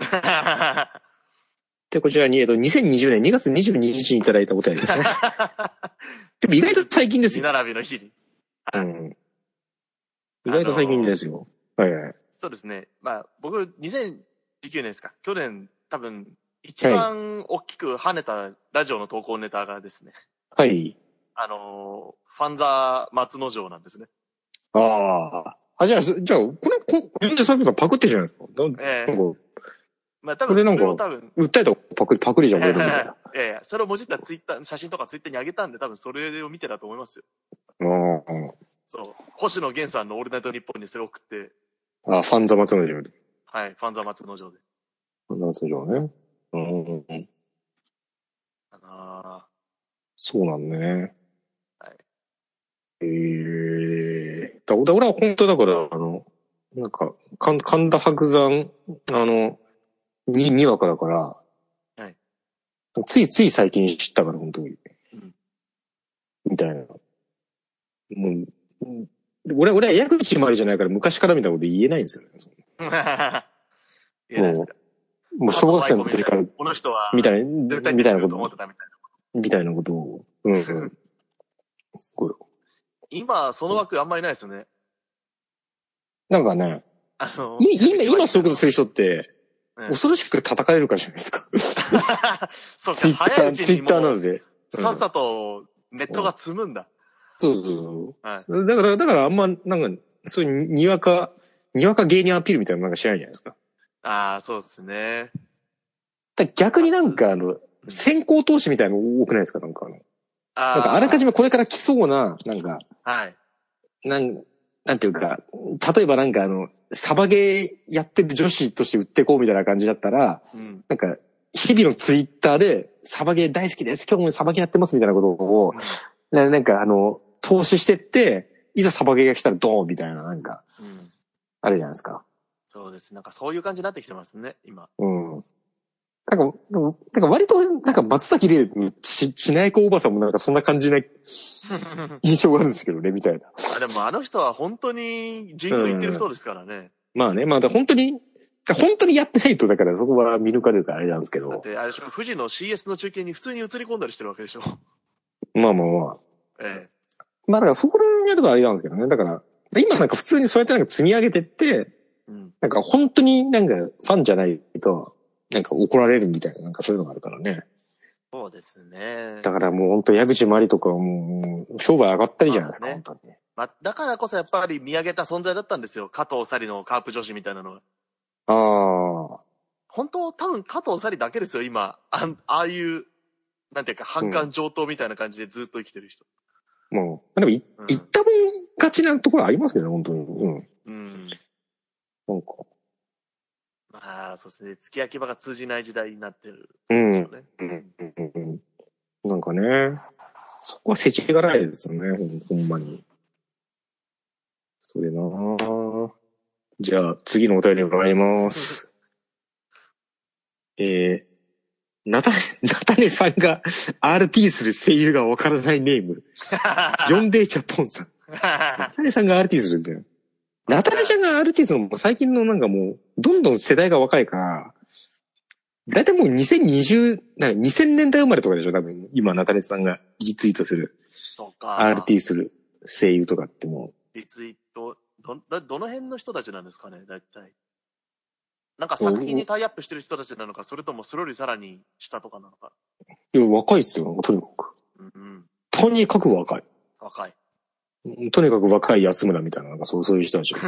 Speaker 1: で、こちらに、えっと、2020年2月22日にいただいたお便りですね。でも意外と最近です
Speaker 2: 見
Speaker 1: よ。
Speaker 2: 並びの日に。
Speaker 1: うん。意外と最近ですよ。はいはい。
Speaker 2: そうですね。まあ、僕、2019年ですか。去年、多分、一番大きく跳ねたラジオの投稿ネタがですね、
Speaker 1: はい。
Speaker 2: あのーファンザー松之丞なんですね。
Speaker 1: ああ。あ、じゃあ、すじゃあ、これ、こ、全然サビさんパクってるじゃないですか。なんか、
Speaker 2: ええ
Speaker 1: なんか
Speaker 2: まあ、多
Speaker 1: こ
Speaker 2: 分、
Speaker 1: れなん
Speaker 2: そ
Speaker 1: か
Speaker 2: れを多分、
Speaker 1: 訴えたパクリ、パクリじゃん、 俺のみたいな。
Speaker 2: いやいや、それをもじったツイッター、写真とかツイッターに上げたんで、多分それを見てたと思いますよ。
Speaker 1: あ
Speaker 2: そう。星野源さんのオールナイトニッポンにそれを送って、
Speaker 1: あ。あ、ファンザ松之丞で。
Speaker 2: はい、ファンザー松之丞で。
Speaker 1: ファンザ松之丞ね。うんうんうん。
Speaker 2: あの
Speaker 1: そうなんだね。
Speaker 2: はい。
Speaker 1: ええだ俺俺は本当だから、あの、なんか、かん神田伯山、あの、に、にわかだから、
Speaker 2: はい。
Speaker 1: ついつい最近知ったから、本当に。
Speaker 2: うん
Speaker 1: みたいな。もううん、俺、俺は矢口まりじゃないから昔から見たこと言えないんですよね。
Speaker 2: ーいやないですか。
Speaker 1: もう小学生の時から、
Speaker 2: この人は、
Speaker 1: みたい
Speaker 2: 絶
Speaker 1: な、
Speaker 2: 対
Speaker 1: みたいなこ
Speaker 2: 思って
Speaker 1: と、
Speaker 2: たみたいな。
Speaker 1: みたいなことを。うん、 うん。すごい。
Speaker 2: 今、その枠あんまりないですよね。
Speaker 1: なんかね、
Speaker 2: あの、
Speaker 1: い今、今そういうことする人って、
Speaker 2: うん
Speaker 1: 恐ろしく叩かれるからじゃない ですか。
Speaker 2: そう
Speaker 1: ツ
Speaker 2: か、
Speaker 1: イッタ
Speaker 2: 早いう
Speaker 1: ー、
Speaker 2: ち
Speaker 1: ツイ
Speaker 2: に
Speaker 1: ッターな
Speaker 2: も
Speaker 1: の
Speaker 2: う、
Speaker 1: で。うん
Speaker 2: さっさとネットが積むんだ。
Speaker 1: そうそうそう
Speaker 2: はい。
Speaker 1: そう。だから、だからあんま、なんか、そういうににわか、にわか芸人アピールみたいなのなんかしないじゃないですか。
Speaker 2: ああ、そうですね。
Speaker 1: だから逆になんかあの、先行投資みたいなの多くないですかなんかあの、
Speaker 2: あー
Speaker 1: なんかあらかじめこれから来そうな、なんか、
Speaker 2: はい。
Speaker 1: なん、なんていうか、例えばなんかあの、サバゲーやってる女子として売ってこうみたいな感じだったら、
Speaker 2: うん。
Speaker 1: なんか、日々のツイッターで、サバゲー大好きです、今日もサバゲーやってますみたいなことを、ななんかあの、投資してって、いざサバゲーが来たらドーンみたいな、なんか、
Speaker 2: うん
Speaker 1: あるじゃないですか。
Speaker 2: そうです。なんかそういう感じになってきてますね、今。
Speaker 1: うん。なんか、でもなんか割と、なんか松崎玲のし、しない子おばさんもなんかそんな感じな印象があるんですけどね、みたいな。
Speaker 2: あでもあの人は本当に人口言ってる人ですからね。
Speaker 1: まあね、まあだから本当に、だから本当にやってないと、だからそこは見抜かれるからあれなんですけ
Speaker 2: だっ
Speaker 1: ど。
Speaker 2: て、あれでしょ、富士の CS の中継に普通に映り込んだりしてるわけでしょ。
Speaker 1: まあまあまあ。
Speaker 2: え
Speaker 1: まあだからそこら辺やるとあれなんですけどね。だから、今なんか普通にそうやってなんか積み上げてって、
Speaker 2: え。うん。
Speaker 1: なんか本当になんかファンじゃないと、なんか怒られるみたいな、なんかそういうのがあるからね。
Speaker 2: そうですね。
Speaker 1: だからもう本当矢口まりとかはもう、商売上がったりじゃないですか、
Speaker 2: まあね
Speaker 1: 本当に。
Speaker 2: まあ、だからこそやっぱり見上げた存在だったんですよ。加藤サリのカープ女子みたいなのは。
Speaker 1: ああ。
Speaker 2: 本当、多分加藤サリだけですよ、今。あんああいう、なんていうか、反感上等みたいな感じでずっと生きてる人。
Speaker 1: もう、まあでもい、
Speaker 2: うん
Speaker 1: 言ったもん勝ちなところありますけどね、本当に。うん。
Speaker 2: うん。
Speaker 1: なんか。
Speaker 2: まあ、そうですね。付き焼き場が通じない時代になってる
Speaker 1: う
Speaker 2: で
Speaker 1: ん。
Speaker 2: しょ
Speaker 1: う
Speaker 2: うね。
Speaker 1: ん。うんうんなんかね、そこは世知がないですよね、ほんほんまに。それなぁじゃあ、次のお便り伺います。えー、な た、なたねさんが RT する声優がわからないネーム。 呼んでジャポンさん。なたねさんが RT するみたいな。なたねちゃんが RT するのも最近のなんかもう、どんどん世代が若いから、だいたいもう2020、なんか2000年代生まれとかでしょ多分、今、なたねさんがリツイートする、
Speaker 2: そうか。
Speaker 1: RT する声優とかっても
Speaker 2: リツイート、ど、どどの辺の人たちなんですかね、大体。なんか作品にタイアップしてる人たちなのか、それともそれよりさらに下とかなのか。
Speaker 1: う、いや、若いっすよ、とにかく。
Speaker 2: うんうん。
Speaker 1: とにかく若い。
Speaker 2: 若い。
Speaker 1: うんとにかく若い安村みたいな、なんかそう、そういう人たちです。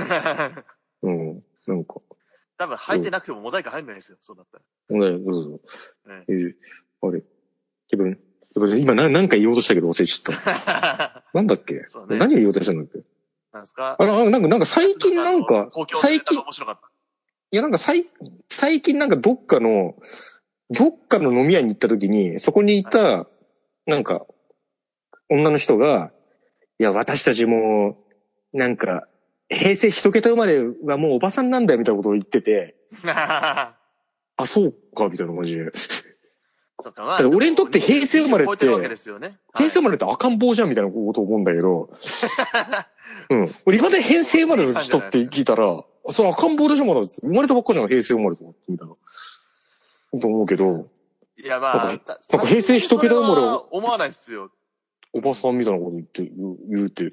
Speaker 1: うん。なんか、
Speaker 2: 多分入ってなくてもモザイク入んないですよ、そうだったら。
Speaker 1: ほんでそうそうそう
Speaker 2: ね。
Speaker 1: えーあれ、ケブン、ケブン今な、なんか言おうとしたけど忘れちゃった。なんだっけ、
Speaker 2: そうね
Speaker 1: 何を言おうとしたんだっけ
Speaker 2: なんですか
Speaker 1: あの、あなんか、なんか最近なんか
Speaker 2: 公、共のネ
Speaker 1: 最
Speaker 2: タ
Speaker 1: 近
Speaker 2: が、面白かった。
Speaker 1: いやなんか最、最近なんかどっかの、どっかの飲み屋に行った時に、そこにいた、なんか、女の人が、いや、私たちもう、なんか、平成一桁生まれはもうおばさんなんだよみたいなことを言ってて、あ、そうか、みたいな感じで。
Speaker 2: そうか、ま
Speaker 1: だから俺にとって平成生まれって
Speaker 2: 20超えるわけですよね。
Speaker 1: 平成生ま
Speaker 2: ま
Speaker 1: れって赤ん坊じゃんみたいなこと思うんだけ ど、うん。俺今まで平成生まれの人って聞いたら、それ赤ん坊でしょまだ生まれたばっかじゃん、平成生まれとかってみたいな。と思うけど、
Speaker 2: れ。いや、まあ、
Speaker 1: なんなんか平成一桁生まれ
Speaker 2: は思わないですよ。
Speaker 1: おばさんみたいなこと言って、言う言うって。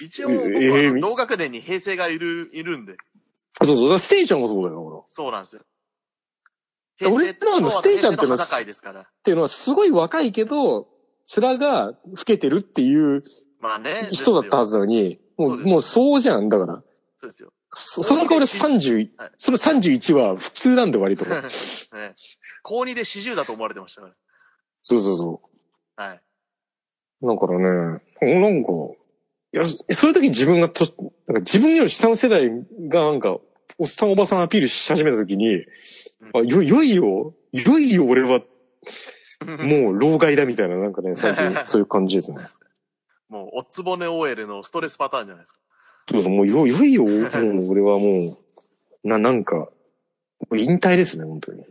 Speaker 2: 一応、僕
Speaker 1: ええ
Speaker 2: は
Speaker 1: み
Speaker 2: 同学年に平成がいる、いるんで。
Speaker 1: あ、そうそう、だからステーションもそうだよ、だから。っ
Speaker 2: そうなんですよ。
Speaker 1: や俺らのステージなんての
Speaker 2: の
Speaker 1: は
Speaker 2: 戦いですから。
Speaker 1: ていうのは、すごい若いけど、面が老けてるっていう
Speaker 2: まあね。
Speaker 1: 人だったは
Speaker 2: ず。
Speaker 1: ずなのに、も
Speaker 2: そう
Speaker 1: う、
Speaker 2: です
Speaker 1: もうそうじゃん、だから。
Speaker 2: そうですよ。
Speaker 1: そその代わり30
Speaker 2: はい、
Speaker 1: その31は普通なんで割 と。
Speaker 2: ね、高2で40だと思われてましたか
Speaker 1: そうそうそう。
Speaker 2: ら。はい。
Speaker 1: だからね、なんか、いや、そういう時に自分がと、なんか自分より下の世代がなんか、おっさんおばさんアピールし始めた時に、あ、よ、よいよ、いよいよ俺はもう老害だみたいな、なんかね、最 近そういう感じですね。
Speaker 2: もう、おつぼね OL のストレスパターンじゃないですか。
Speaker 1: そうそう、もうよ、よ いよ、もう俺はもう、な、なんか、もう引退ですね、本当に。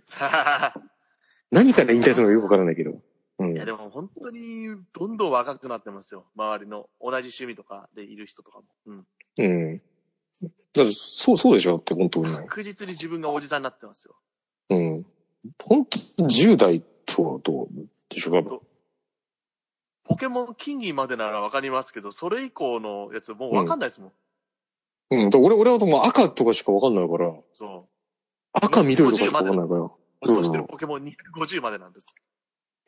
Speaker 1: 何から引退するのかよくわからないけど。うん。
Speaker 2: いや、でも本当に、どんどん若くなってますよ。周りの、同じ趣味とかでいる人とかも。うん。
Speaker 1: うん。だって、そう、そうでしょだって、本当に。
Speaker 2: 確実に自分がおじさんになってますよ。
Speaker 1: うん。本当10代とはどうでしょうか
Speaker 2: ポケモン金銀までならわかりますけど、それ以降のやつもうわかんないですもん。
Speaker 1: うん。だから俺、俺はもう赤とかしかわかんないから、
Speaker 2: そ
Speaker 1: 赤、緑とかしか分かんないから。
Speaker 2: 落としてるポケモン250までなんです。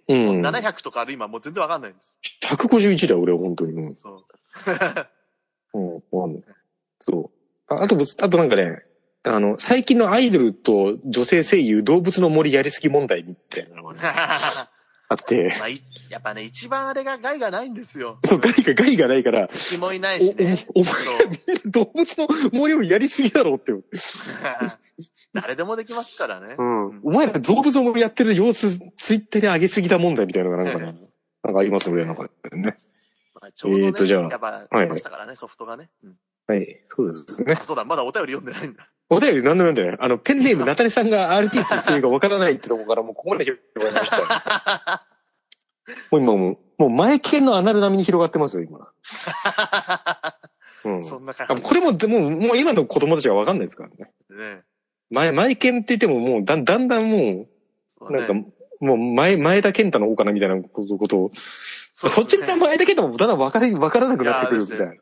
Speaker 1: うん。
Speaker 2: 700とかある今もう全然わかんないんです。
Speaker 1: 151だよ、俺は、本当に。うん。
Speaker 2: そ
Speaker 1: う
Speaker 2: う。
Speaker 1: ん、わかんない。そう。ああと、あとなんかね、あの、最近のアイドルと女性声優、動物の森やりすぎ問題みたいなのがね、あって、
Speaker 2: まあ、いやっぱね、一番あれが害がないんですよ。
Speaker 1: そう、害が、害がないから、
Speaker 2: 気もいないしね。
Speaker 1: おおお
Speaker 2: そ う
Speaker 1: 動物の森をやりすぎだろって。
Speaker 2: 誰でもできますからね。
Speaker 1: うん。お前ら動物の森やってる様子、ツイッターで上げすぎた問題みたいなのがなんかね、なんかあります、俺の中でね。
Speaker 2: まあちょうど、ね
Speaker 1: えーとじゃあ
Speaker 2: やっぱ、出ましたからね、ソフトがね。うん
Speaker 1: はい。そうですね
Speaker 2: あ、。そうだ、まだお便り読んでないんだ。
Speaker 1: お便り何でも読んでない。 あの、ペンネーム、ナタネさんが RTS っていうかわからないってとこからもうここまで広がりましたよ。もう今もう、もう前剣のアナル並みに広がってますよ、 今。うん。
Speaker 2: そんな
Speaker 1: あ
Speaker 2: 感じ
Speaker 1: これも、でも、もう今の子供たちはわかんないですからね。
Speaker 2: でね。
Speaker 1: 前、前剣って言ってももうだん、だんだんも、
Speaker 2: そううだ
Speaker 1: なんか、
Speaker 2: ね
Speaker 1: もう前、前田健太の方かなみたいなことことを、
Speaker 2: そう
Speaker 1: そっちの前田健太もだんだんわかり、わからなくなってくるみたい
Speaker 2: いや
Speaker 1: な。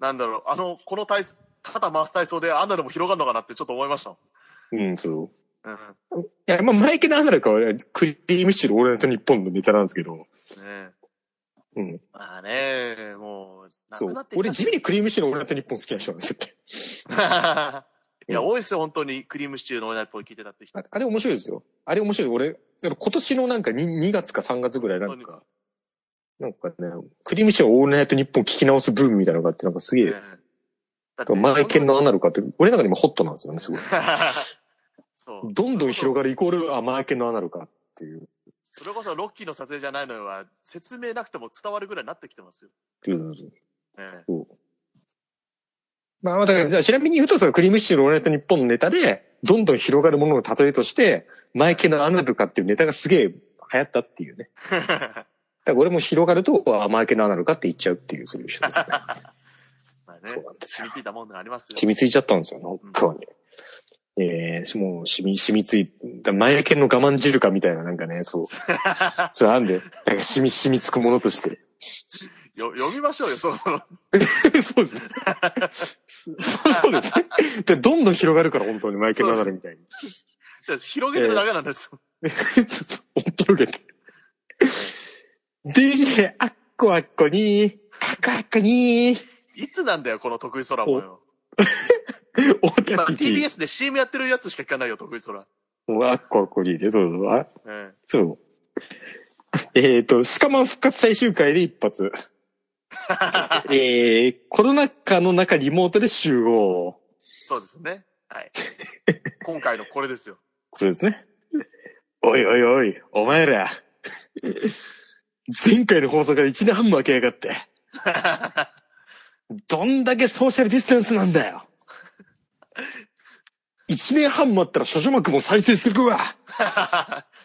Speaker 2: なんだろう、あの、この体操、肩回す体操であんなのも広がるのかなってちょっと思いましたも
Speaker 1: うん、そう。
Speaker 2: ん。うん。
Speaker 1: いや、まあ、前剣のアナルかは、クリームシチル、俺の日本のネタなんですけど、
Speaker 2: ね
Speaker 1: うん。
Speaker 2: まあね、もう、な
Speaker 1: そ
Speaker 2: くな
Speaker 1: う
Speaker 2: って。き
Speaker 1: 俺、
Speaker 2: た
Speaker 1: 地
Speaker 2: し
Speaker 1: 味にクリームシチューの俺だって日本好きな人なんですよ。
Speaker 2: いや、多いですよ、本当に。クリームシチューのオーナイポー聞いてたって人。
Speaker 1: ああれ面白いですよ。あれ面白い。俺、だから今年のなんか 2, 2月か3月ぐらいなんか、なんかね、クリームシチューオールナイト日本聞き直すブームみたいなのがあって、なんかすげえ、
Speaker 2: ねだっ
Speaker 1: 前剣のアナルかって、俺の中で今ホットなんですよね、すごい。
Speaker 2: そう。
Speaker 1: どんどん広がるイコール、あ、前剣のアナルかっていう。
Speaker 2: それこそロッキーの撮影じゃないのは、説明なくても伝わるぐらいになってきてますよ。ね
Speaker 1: まあ、まあだからじゃあちなみに言うと、そのクリームシチューのオールナイト日本のネタで、どんどん広がるものの例えとして、前剣のアナルかっていうネタがすげえ流行ったっていうね。 だから俺も広がると、あ甘いけのアナルかって言っちゃうっていうそういう人ですね。
Speaker 2: まあね、
Speaker 1: そうなんです
Speaker 2: 染
Speaker 1: よ
Speaker 2: み。ついたもんがありますよ。
Speaker 1: 染みついちゃったんですよ、本当に。えー、もう染み、染みつい、だ前剣の我慢汁かみたいななんかね、 そう。それあんで、なんか染み、染みつくものとして。
Speaker 2: よ読みましょうよ、そろそろ。
Speaker 1: そう ですね。そうそうですね。で、どんどん広がるから、本当に、前剣のアナルみたいに。
Speaker 2: 広げてるだけなんですよ。
Speaker 1: そうそう、本当広げて。DJ、あっこあっこに、あっこあっこに、
Speaker 2: いつなんだよ、この得意空もよ。
Speaker 1: おた
Speaker 2: 今、
Speaker 1: きき
Speaker 2: TBS で CM やってるやつしか聞かないよ、得意空。
Speaker 1: もうあっこあっこに、で、そうそう、あ
Speaker 2: え
Speaker 1: そう。えっ、と、シカマン復活最終回で一発。えー、コロナ禍の中リモートで集合。
Speaker 2: そうですね。 はい。今回のこれですよ。
Speaker 1: これですね。おいおいおい、お前 ら。前回の放送から1年半も空けやが って。どんだけソーシャルディスタンスなんだよ。1年半待ったら諸女膜も再生するわ。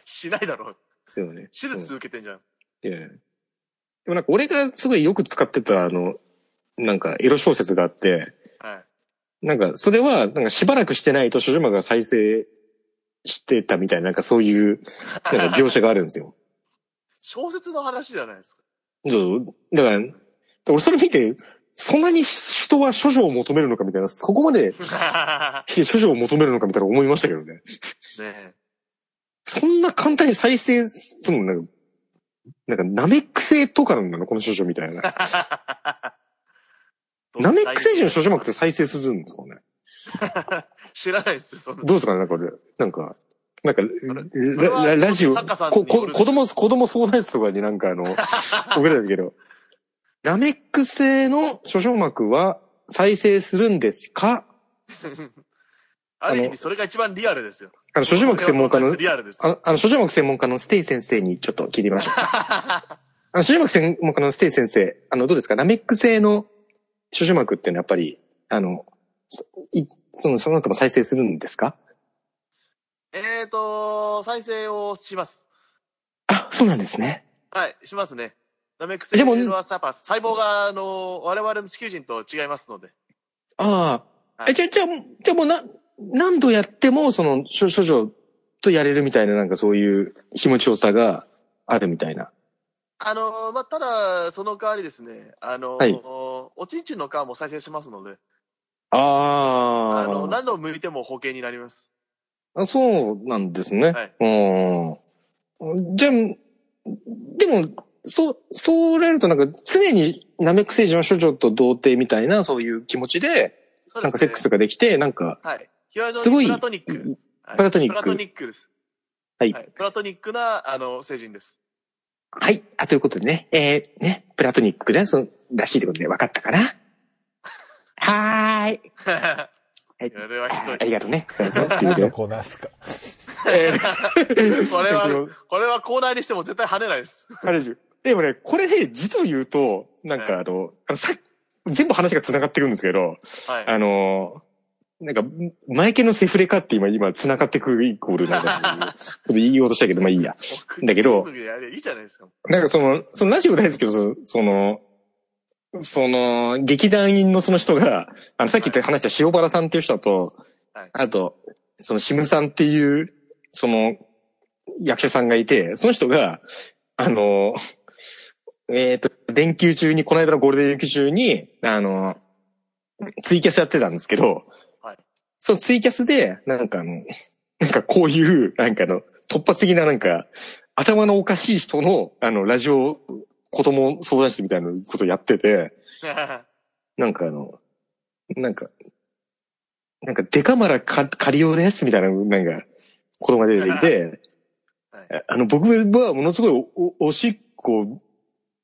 Speaker 2: しないだろう。
Speaker 1: そうね。
Speaker 2: 手術受けてんじゃん。
Speaker 1: ええでもなんか俺がすごいよく使ってたあの、なんかエロ小説があって、
Speaker 2: はい。
Speaker 1: なんかそれはなんかしばらくしてないと諸女が再生してたみたいな、なんかそういうなんか描写があるんですよ。
Speaker 2: 小説の話じゃないですか。
Speaker 1: そうだから、俺それ見て、そんなに人は諸女を求めるのかみたいな、そこまで 諸女を求めるのかみたいな思いましたけどね。
Speaker 2: ね
Speaker 1: そんな簡単に再生するのなんか、なんかナメック星とかなんだな、この諸女みたいな。
Speaker 2: え。
Speaker 1: ナメック星人の諸女膜って再生するんですかね
Speaker 2: 知らないですよ、そんな。
Speaker 1: どうですかねなんか俺、なんか、なんか、
Speaker 2: それは
Speaker 1: ラララジオ、
Speaker 2: 作家さんに
Speaker 1: こ
Speaker 2: よ
Speaker 1: こ
Speaker 2: る
Speaker 1: 子供、子供相談室とかになんかあ の、送られたんですけど、ナメック星の諸々膜は再生するんですか
Speaker 2: ある意味、それが一番リアルですよ。
Speaker 1: あの、諸々膜専門家の、
Speaker 2: リアルです
Speaker 1: あ。の、あの諸々膜専門家のステイ先生にちょっと聞いてみま しょう。あの、諸々膜専門家のステイ先生、あの、どうですかナメック星の諸々膜ってのはやっぱり、あの、そいその、その後も再生するんですか
Speaker 2: えーと、再生をします。
Speaker 1: あ、そうなんですね。
Speaker 2: はい、しますね。ナメック星
Speaker 1: でも
Speaker 2: 人はやっぱ細胞が、あの、我々の地球人と違いますので。
Speaker 1: ああ。
Speaker 2: はい
Speaker 1: え、じゃあ、じゃあ、じゃあもうな、何度やっても、その、諸諸女とやれるみたいな、なんかそういう気持ちよさがあるみたいな。
Speaker 2: あの、まあ、ただ、その代わりですね、あの、
Speaker 1: はい
Speaker 2: おちんちんの皮も再生しますので、
Speaker 1: あ
Speaker 2: あの、
Speaker 1: あ。
Speaker 2: 何度向いても保険になります。
Speaker 1: あそうなんですね。
Speaker 2: はい
Speaker 1: うん。じゃあ、でも、そう、そうなるとなんか常にナメック星人は処女と童貞みたいなそういう気持ちで、
Speaker 2: そうですね
Speaker 1: なんかセックスができて、なんか、
Speaker 2: はい。ヒワイド
Speaker 1: すごい
Speaker 2: プラトニック。はい
Speaker 1: プラトニック
Speaker 2: プラトニックです。
Speaker 1: はい
Speaker 2: プラトニックな、あの、成人です。
Speaker 1: はい。あ、ということでね、えー、ね、プラトニックで、その、らしいってことで分かったかなはーい。
Speaker 2: こ
Speaker 1: はい
Speaker 2: れはひ
Speaker 1: あ
Speaker 2: ど
Speaker 1: り
Speaker 2: い。
Speaker 1: がとうね。そうそう
Speaker 3: 何のコーナーですか
Speaker 2: これ
Speaker 1: で
Speaker 2: は
Speaker 1: も、
Speaker 2: これはコーナーにしても絶対跳ねないです。
Speaker 1: あれでしょでもね、これね、実を言うと、なんかあの、あのさっき全部話が繋がってくるんですけど、
Speaker 2: はい。
Speaker 1: あのー、なんか、マイケのセフレかって今、今、繋がってくるイコールなんだし、ちょっと言いようとしたけど、まあいいや。
Speaker 2: 僕
Speaker 1: だけど
Speaker 2: 僕いやいいじゃないですか。
Speaker 1: なんかその、そのラジオ大好きど、その、その、劇団員のその人が、あの、さっき言った話した塩原さんっていう人と、
Speaker 2: はい
Speaker 1: あと、その、シムさんっていう、その、役者さんがいて、その人が、あの、えっ、と、連休中に、この間のゴールデンウィーク中に、あの、ツイキャスやってたんですけど、
Speaker 2: はい
Speaker 1: そのツイキャスで、なんかあの、なんかこういう、なんかあの、突発的ななんか、頭のおかしい人の、あの、ラジオ、子供相談室みたいなことやってて、なんかあの、なんか、なんか、デカマラか、借りようです、みたいな、なんか、子供が出てきて、
Speaker 2: は
Speaker 1: あの、僕はものすごいお、おおしっこ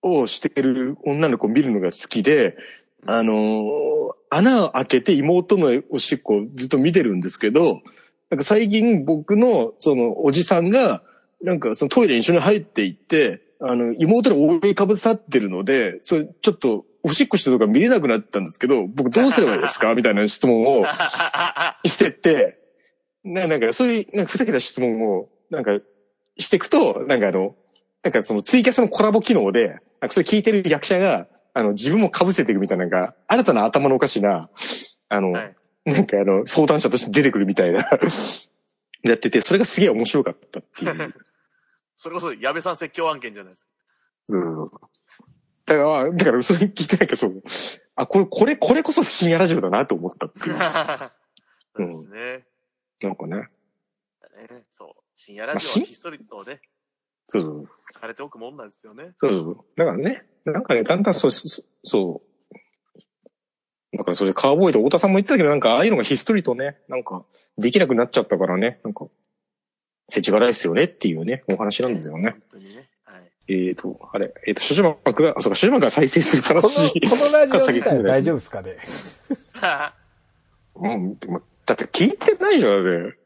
Speaker 1: をしてる女の子を見るのが好きで、あのー穴を開けて妹のおしっこをずっと見てるんですけど、なんか最近僕の、その、おじさんが、なんかそのトイレに一緒に入っていって、あの、妹の覆いかぶさってるので、それちょっと、おしっこしてるとか見れなくなったんですけど、僕どうすればいいです かみたいな質問をしてって、ななんかそういう、なんかふざけた質問を、なんか、していくと、なんかあの、なんかそのツイキャスのコラボ機能で、なんかそれ聞いてる役者が、あの、自分も被せていくみたいな、なんか、新たな頭のおかしな、あの、
Speaker 2: はい
Speaker 1: なんかあの、相談者として出てくるみた いな、やってて、それがすげえ面白かったっていう。
Speaker 2: それこそ、矢部さん説教案件じゃないです
Speaker 1: うんだから、だからそれ聞いてないけど、そうあ、これ、これ、これこそ不思議なラジオだなと思ったっていう。
Speaker 2: か。そううんですね。
Speaker 1: なんかね。
Speaker 2: ねそう。深夜ラジオはひっそりとね、
Speaker 1: そうそう
Speaker 2: されておくもんなんですよね。
Speaker 1: そうそう。だからね、なんかね、だんだんそう、そそう。だからそれカーボーイと太田さんも言ってたけど、なんかああいうのがひっそりとね、なんかできなくなっちゃったからね、なんか、世知辛いですよねっていうね、お話なんですよね。
Speaker 2: 本当にね。はい。
Speaker 1: えーと、あれ、えーと、諸島幕が、あ、そうか、諸島幕が再生する
Speaker 3: この、こ
Speaker 1: 話。
Speaker 3: のラジオ自体は大丈夫ですかね
Speaker 1: うん、でもだって聞いてないじゃん、だって。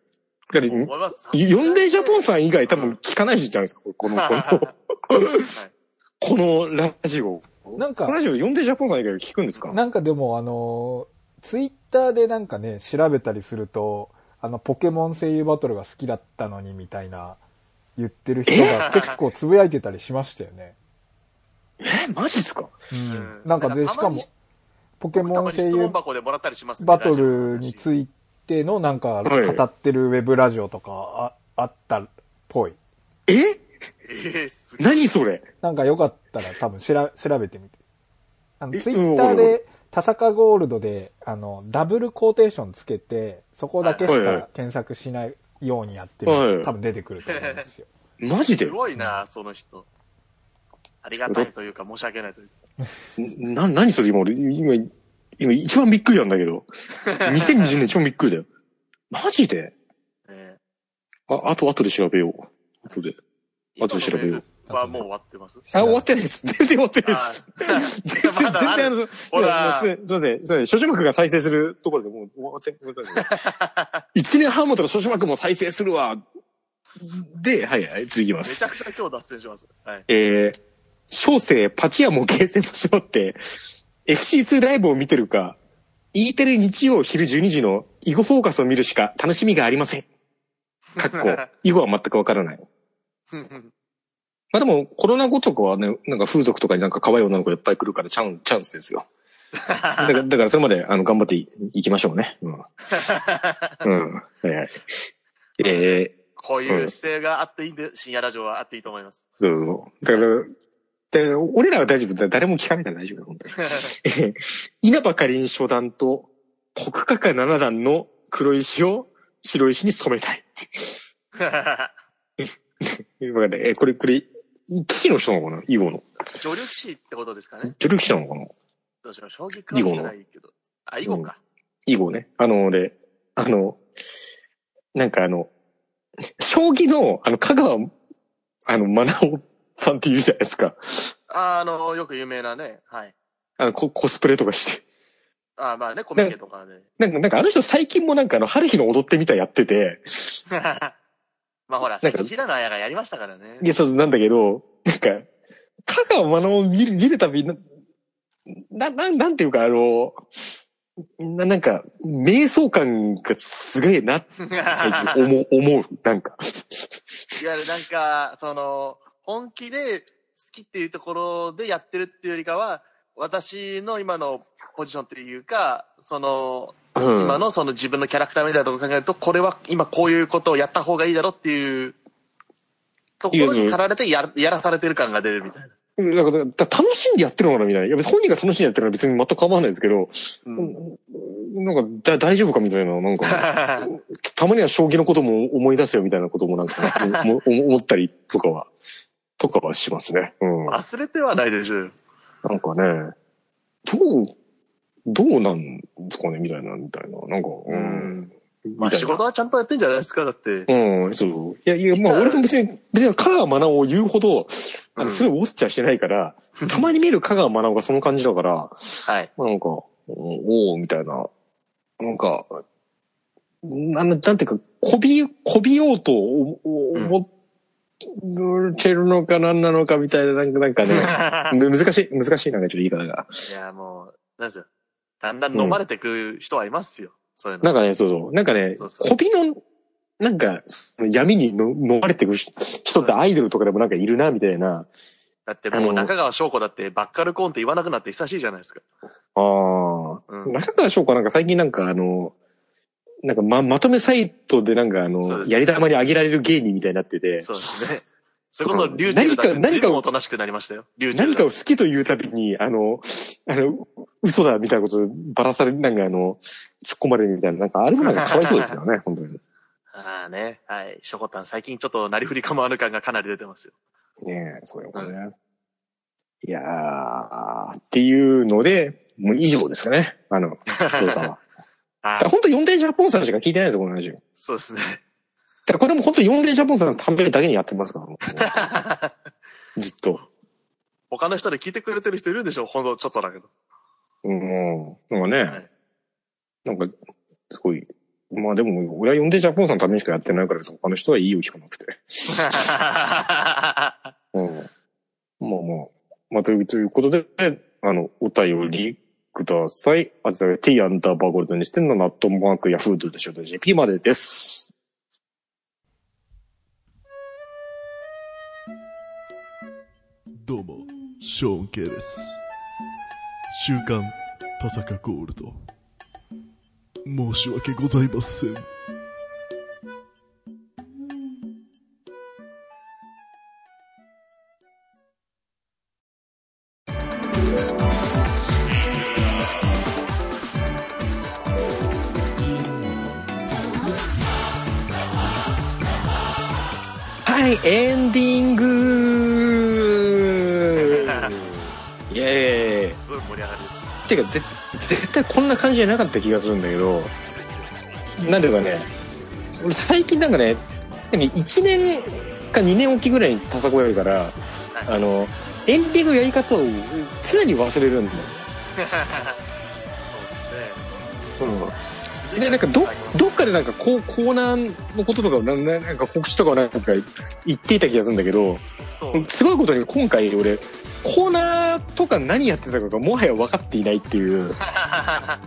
Speaker 1: だって
Speaker 2: 思います。
Speaker 1: 四大ジャポン
Speaker 2: ん。
Speaker 1: さん以外多分聞かないじゃないですか、こ の、この、
Speaker 2: はい
Speaker 1: このラジオ。
Speaker 3: なん
Speaker 1: こ
Speaker 3: か
Speaker 1: の、ラジオ四大ジャポンさん以外聞くんですか
Speaker 3: なんかでもあの、ツイッターでなんかね、調べたりすると、あの、ポケモン声優バトルが好きだったのにみたいな、言ってる人が結構つぶやいてたりしましたよね。
Speaker 1: え、マジですか
Speaker 3: うん
Speaker 2: ん。
Speaker 3: なんか
Speaker 2: な
Speaker 3: で、
Speaker 2: んか
Speaker 3: したか
Speaker 2: まに
Speaker 3: も、ポケ
Speaker 2: た
Speaker 3: モ
Speaker 2: ま
Speaker 3: ン
Speaker 2: に
Speaker 3: 声
Speaker 2: 質
Speaker 3: 優
Speaker 2: 問箱でもらったりしますね
Speaker 3: バトルにつ
Speaker 2: い
Speaker 3: いてのなんか
Speaker 1: はい
Speaker 3: 語ってるウェブラジオとかああったっぽい。
Speaker 1: え
Speaker 2: て。ええ、すごい。
Speaker 1: 何それ
Speaker 3: なんかよかったら多分しら調べてみて。あの、
Speaker 1: え
Speaker 3: ツイッター
Speaker 1: うん
Speaker 3: で、タサカゴールドで、あの、ダブルコーテーションつけて、そこだけし
Speaker 1: はいはい
Speaker 3: か検索しないようにやってる
Speaker 1: はい
Speaker 3: と多分出てくると思うんですよ。
Speaker 1: マジです
Speaker 2: ごいな、その人。ありがたいというか、申し訳ないというか。
Speaker 1: な、何それ今俺、今、今一番びっくりなんだけど。2020年一番びっくりだよ。マジで
Speaker 2: ね
Speaker 1: あ、あと、あとで調べよう。後で。あとで調べよう。
Speaker 2: はもう終わってます。
Speaker 1: あ、終わってないです。全然終わってないです。全然、 全
Speaker 2: まだある
Speaker 1: 然あの、そう
Speaker 2: ほら
Speaker 1: いやもうすいません、すいません、諸島幕が再生するところでもう終わって、終わってます一年半もたら諸島幕も再生するわ。で、はいはい、次いきま
Speaker 2: め
Speaker 1: す
Speaker 2: ち。ゃくちゃ今日脱線します。はい。
Speaker 1: えー、小生パチ屋もゲーセンも絞って、FC2 ライブを見てるか、E テレ日曜昼12時の囲碁フォーカスを見るしか楽しみがありません。かっこ、囲碁は全くわからない。まあでも、コロナ後とかはね、なんか風俗とかになんか可愛い女の子いっぱい来るからチャンチャンスですよ。だから、 だからそれまで、あの、頑張っていいきましょうね。うん。うん。はいはい。えー、
Speaker 2: こういう姿勢があっていいんで、深夜ラジオはあっていいと思います。
Speaker 1: そうそうそう。だから、だから俺らは大丈夫だ。誰も聞かないから大丈夫だ、本当に。えー稲葉かりん初段と、国家か七段の黒石を白石に染めたい。というわけで、え、これ、これ、棋士の人なのかな囲碁の。
Speaker 2: 女流棋士ってことですかね。
Speaker 1: 女流棋士なのかな
Speaker 2: どうしよう、将棋かもしれないけど。あ、囲碁か。
Speaker 1: 囲碁ね。あの、俺、あの、なんかあの、将棋の、あの、香川、あの、マナオさんって言うじゃないですか。
Speaker 2: ああの、よく有名なね。はい。
Speaker 1: あの、ココスプレとかして。
Speaker 2: あまあね、コミケとかで。
Speaker 1: なんか、なんかあの人最近もなんかあの、春日の踊ってみたいやってて、
Speaker 2: まあほら、
Speaker 1: なんか
Speaker 2: 平野綾がやりましたからね。
Speaker 1: いや、そうなんだけど、なんか、香川真奈を見る、見るたびに、な、な、なんていうか、あの、な、なんか、瞑想感がすげえなって最 近思う、思う。なんか。
Speaker 2: いわゆるなんか、その、本気で好きっていうところでやってるっていうよりかは、私の今のポジションっていうか、その、
Speaker 1: うん。
Speaker 2: 今のその自分のキャラクターみたいなところを考えると、これは今こういうことをやった方がいいだろっていう、ところに駆られてややらされてる感が出るみたいな。
Speaker 1: うんなんかだだ楽しんでやってるのかなみたいな。いや別に本人が楽しんでやってるのは別に全く構わないですけど、なんかだ大丈夫かみたいな、なん か、たまには将棋のことも思い出せよみたいなこともなんか、 も思思ったりとかは、とかはしますね。うん。なん
Speaker 2: 忘れてはないでしょうよ。
Speaker 1: かね、どう、どうなんですかねみたいな、みたいな。なんか、うん。み
Speaker 2: まあ
Speaker 1: たい
Speaker 2: 仕
Speaker 1: な
Speaker 2: 事。はちゃんとやってんじゃないですか、だって。
Speaker 1: うん、そう。いや、いや、まあ、俺も別に、別に香川真奈を言うほど、あ
Speaker 2: うん
Speaker 1: の、すごいウォッチャーしてないから、 たまに見る香川真奈がその感じだから、
Speaker 2: はい。
Speaker 1: なんか、おおうみたいな。なんか、なんなんていうか、こび、こびようと思思ってるのか何なのかみたいな、なんかなんか
Speaker 2: い
Speaker 1: ね、
Speaker 2: や、
Speaker 1: 難しい、難しいなんかちょっと言い方が。
Speaker 2: もう、なんですよ。だんだん飲まれてく人はいますよ。そういうの。
Speaker 1: なんかね、そうそう、なんかね
Speaker 2: そう、そう
Speaker 1: こびの、なんか、その闇にの飲まれてく人人ってアイドルとかでもなんかいるな、みたいな。
Speaker 2: だってもう中川翔子だってバッカルコーンって言わなくなって久しいじゃないですか。
Speaker 1: ああ。
Speaker 2: うん。
Speaker 1: 中川翔子はなんか最近なんかあの、なんかま、まとめサイトでなんかあ
Speaker 2: そうで
Speaker 1: の、
Speaker 2: す
Speaker 1: やり玉に上げられる芸人みたいになってて。
Speaker 2: そうですね。それこそ、
Speaker 1: うん
Speaker 2: リュウチュ
Speaker 1: 何
Speaker 2: ウだって
Speaker 1: か
Speaker 2: 随
Speaker 1: 何か
Speaker 2: 分おとなしくなりましたよ。リュウチュウ
Speaker 1: 何
Speaker 2: だ
Speaker 1: か
Speaker 2: っ
Speaker 1: を好きというたびに、あの、あの、嘘だみたいなことばらされ、なんかあの、突っ込まれるみたいな、なんかあれもなんかかわいそうです よね、本当に。
Speaker 2: て。ああね。はい。ショコタン最近ちょっとなりふり構わぬ感がかなり出てますよ。
Speaker 1: ねえ、そうよ、これね。いやー、っていうので、もう以上ですかね、あの、普通歌は。だ か
Speaker 2: あ
Speaker 1: ら
Speaker 2: あ、
Speaker 1: 本当四大ジャポンさんしか聞いてないですよ、この話。だか
Speaker 2: そうですね。
Speaker 1: らこれも本当四大ジャポンさんのためだけにやってますからも う、ずっと。
Speaker 2: 他の人で聞いてくれてる人いるんでしょうほんのちょっとだけど。
Speaker 1: うん、なんかね、
Speaker 2: はい
Speaker 1: なんか、すごい。まあでも、俺は呼んでジャポンさんのためにしかやってないから、他の人はいいよ聞かなくて。うん。まあまあ。まあ、というということで、あの、お便りください。あつが t アンダーバーゴールドにしてんのナットマークヤフードでしょ .jp までです。
Speaker 7: どうも、ショーン・ケイです。週刊、田坂ゴールド。申し訳ございません。
Speaker 1: はい、エンディ ングイェーイ
Speaker 2: すごい盛り上がる。
Speaker 1: てかぜ絶対こんな感じじゃなかった気がするんだけどなんていうかね俺最近なんかねなんか1年か2年おきぐらいにタサコやるからあのエンディングやり方を常に忘れるんだよ、うん、でなんかどどっかでなんかこうコーナーのこととかなななんか告知とかをなんか言っていた気がするんだけど
Speaker 2: そう。
Speaker 1: すごいことに今回俺コーナーとか何やってたかがもはや分かっていないっていうあ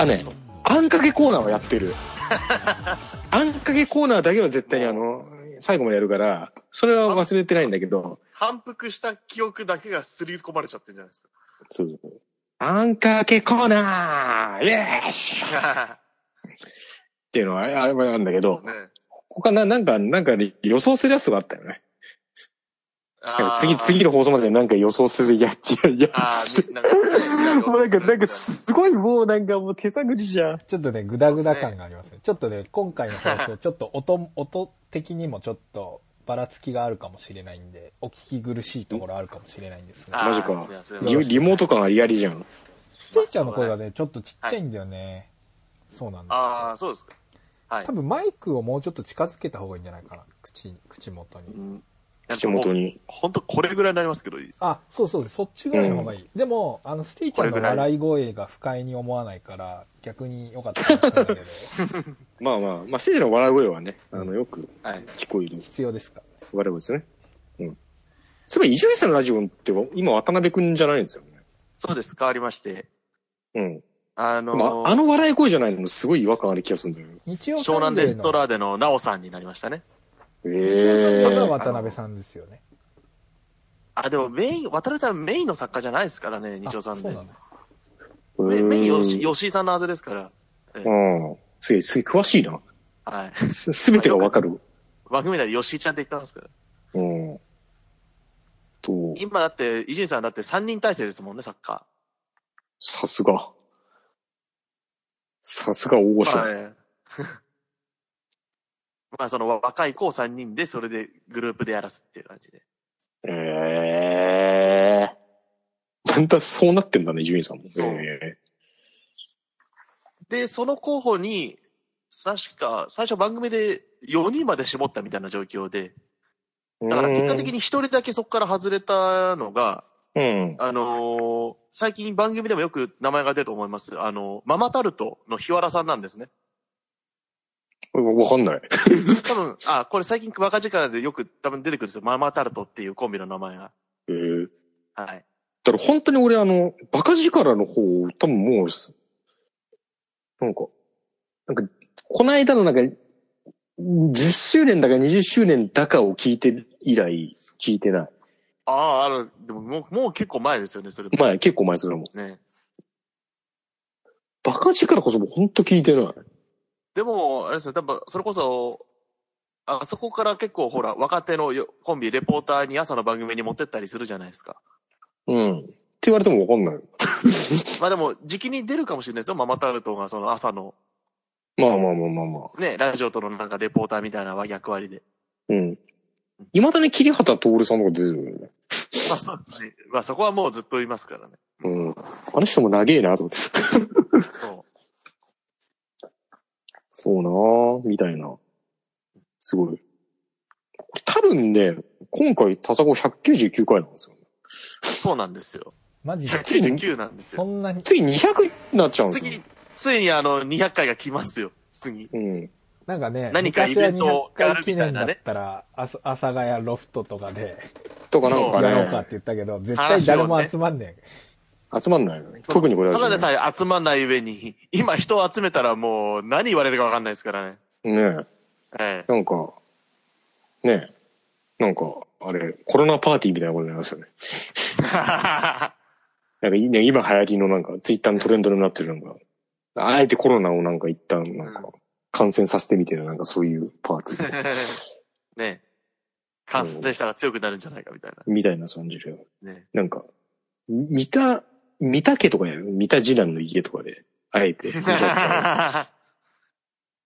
Speaker 1: のねあんかけコーナーはやってるあんかけコーナーだけは絶対にあの最後までやるからそれは忘れてないんだけど
Speaker 2: 反復した記憶だけがすり込まれちゃってるじゃないです
Speaker 1: そうそうあんかけコーナーイエーシっ
Speaker 2: か。
Speaker 1: ていうのはあれあれはなんだけど
Speaker 2: ね
Speaker 1: 他ななんかなんかで予想するやつとかあったよねなんか次、
Speaker 2: あー
Speaker 1: 次の放送までなんか予想するやつや、いや。
Speaker 2: あーみなんか、
Speaker 1: もうなんか、なんかすごいもうなんかもう手探りじゃん。
Speaker 3: ちょっとね、グダグダ感がありますね。ちょっとね、今回の放 送、ちょっと音、音的にもちょっとばらつきがあるかもしれないんで、お聞き苦しいところあるかもしれないんですが、
Speaker 1: マジか
Speaker 2: あーすいません
Speaker 1: リリモート感ありありじゃん。
Speaker 3: ステイちゃんの声がね、ちょっとちっちゃいんだよね。そうなんです
Speaker 2: あ
Speaker 3: よ。
Speaker 2: あ、そうですか。はい
Speaker 3: 多。分マイクをもうちょっと近づけた方がいいんじゃないかな。口に、口元に。
Speaker 1: 口元に。
Speaker 2: 本当これぐらいになりますけど、いいです
Speaker 3: あ、そうそう、そっちぐらいの方がいい。でも、あの、ステイちゃんの笑い声が不快に思わないから、逆に良かったかもしれ ないけど、
Speaker 1: まあまあ、まあ、聖者の笑い声はね、あの、よく
Speaker 2: はい。
Speaker 1: 聞こえる
Speaker 3: 必要ですか
Speaker 1: 笑い声ですね。うん。そういえば、伊集院さんのラジオって、今渡辺くんじゃないんですよね。
Speaker 2: そうです、変わりまして。
Speaker 1: うん。
Speaker 2: あの
Speaker 1: まあ、あの笑い声じゃないのもすごい違和感ある気がするんだよね。
Speaker 3: 日曜サ
Speaker 2: 湘
Speaker 3: ン
Speaker 2: 南
Speaker 3: デ
Speaker 2: デ
Speaker 3: ー
Speaker 2: ス
Speaker 3: の
Speaker 2: ト、ラーデのナオさんになりましたね。
Speaker 3: 日曜サンデーの
Speaker 1: え
Speaker 3: 渡辺さんですよね。
Speaker 2: あ、でもメイン、渡辺さんメインの作家じゃないですからね、日曜さ
Speaker 3: あ
Speaker 2: ん
Speaker 3: そう
Speaker 2: で
Speaker 3: な。の
Speaker 2: メメイン
Speaker 1: う
Speaker 2: よし、
Speaker 1: ん。
Speaker 2: 吉井さんのあぜですから。
Speaker 1: うん。すげえ、すげえ詳しいな。
Speaker 2: はい。
Speaker 1: す、すべてがわかる。
Speaker 2: 番組内で吉井ちゃんって言ったんですから。
Speaker 1: うん。と、
Speaker 2: 今だって、伊集院さんだって3人体制ですもんね、作家。
Speaker 1: さすが。さすが大御所。
Speaker 2: はい。 まあ、その若い子を3人で、それでグループでやらすっていう感じで。
Speaker 1: ええだんだんそうなってんだね、伊集院さんも。
Speaker 2: そう
Speaker 1: え
Speaker 2: で、その候補に、確か、最初番組で4人まで絞ったみたいな状況で、
Speaker 1: え
Speaker 2: だから結果的に1人だけそこから外れたのが、
Speaker 1: うん。
Speaker 2: あのー最近番組でもよく名前が出ると思います。あのーママタルトの日原さんなんですね。
Speaker 1: うん。わかんない。
Speaker 2: 多分、あ、これ最近若力でよく多分出てくるんですよ。ママタルトっていうコンビの名前が。
Speaker 1: ええ
Speaker 2: はい。
Speaker 1: だから本当に俺あの、バカ力の方を多分もうす、なんか、なんか、この間のなんか、10周年だか20周年だかを聞いて以来、聞いてない。
Speaker 2: ああ、ある、でももう、もう結構前ですよね、それ。
Speaker 1: 前、結構前それも。
Speaker 2: ね。
Speaker 1: バカ力こそ本当聞いてない。
Speaker 2: でも、あれですね、多分、それこそ、あそこから結構ほら、若手のよコンビ、レポーターに朝の番組に持ってったりするじゃないですか。
Speaker 1: うん。って言われてもわかんない。
Speaker 2: まあでも、時期に出るかもしれないですよ、ママタルトがその朝の、
Speaker 1: まあまあまあまあまあ。
Speaker 2: ね、ラジオとのなんかレポーターみたいな役割で。
Speaker 1: うん。いまだに桐畑徹さんとか出てるよね。
Speaker 2: まあそうですねまあそこはもうずっといますからね。
Speaker 1: うん。あの人も長えなと思って。
Speaker 2: そ
Speaker 1: そうなぁ、みたいな。すごい。多分ね、今回、タサゴ199回なんですよ。
Speaker 2: う。そうなんですよ。
Speaker 3: マ ジで。
Speaker 2: 199なんです
Speaker 3: そ
Speaker 2: よ。
Speaker 3: んなに。
Speaker 1: 次200になっちゃうんですよ
Speaker 2: 次。、ついにあの、200回が来ますよ。次。
Speaker 1: うん。
Speaker 3: なんかね、
Speaker 2: 何かイベントを
Speaker 3: 昔は
Speaker 2: や
Speaker 3: 200回
Speaker 2: る
Speaker 3: 記
Speaker 2: みたい
Speaker 3: 念
Speaker 2: な
Speaker 3: だっ
Speaker 2: ね
Speaker 3: たら、あさ阿佐ヶ谷ロフトとかで、
Speaker 1: とかな
Speaker 2: そう
Speaker 3: やろ
Speaker 1: ん
Speaker 3: うかっ
Speaker 1: か
Speaker 3: て言ったけど、絶対誰も集まんね
Speaker 1: ね、集まんないよね。特にこれ
Speaker 2: た
Speaker 1: は
Speaker 2: だで
Speaker 1: ね。
Speaker 2: さえ集まんない上に、今人を集めたらもう何言われるかわかんないですからね。
Speaker 1: ね
Speaker 2: ええ。
Speaker 1: なんか、ねなんか、あれ、コロナパーティーみたいなことになりますよね。なんかいいね、今流行りのなんか、ツイッターのトレンドになってるなんか、あえてコロナをなんか一旦なんか、感染させてみたいな、なんかそういうパーティー
Speaker 2: ねえ。感染したら強くなるんじゃないかみたい
Speaker 1: みたいな感じで。
Speaker 2: な。 ね
Speaker 1: なんか、み三田、三田家とかやる三田次男の家とかで、あえて。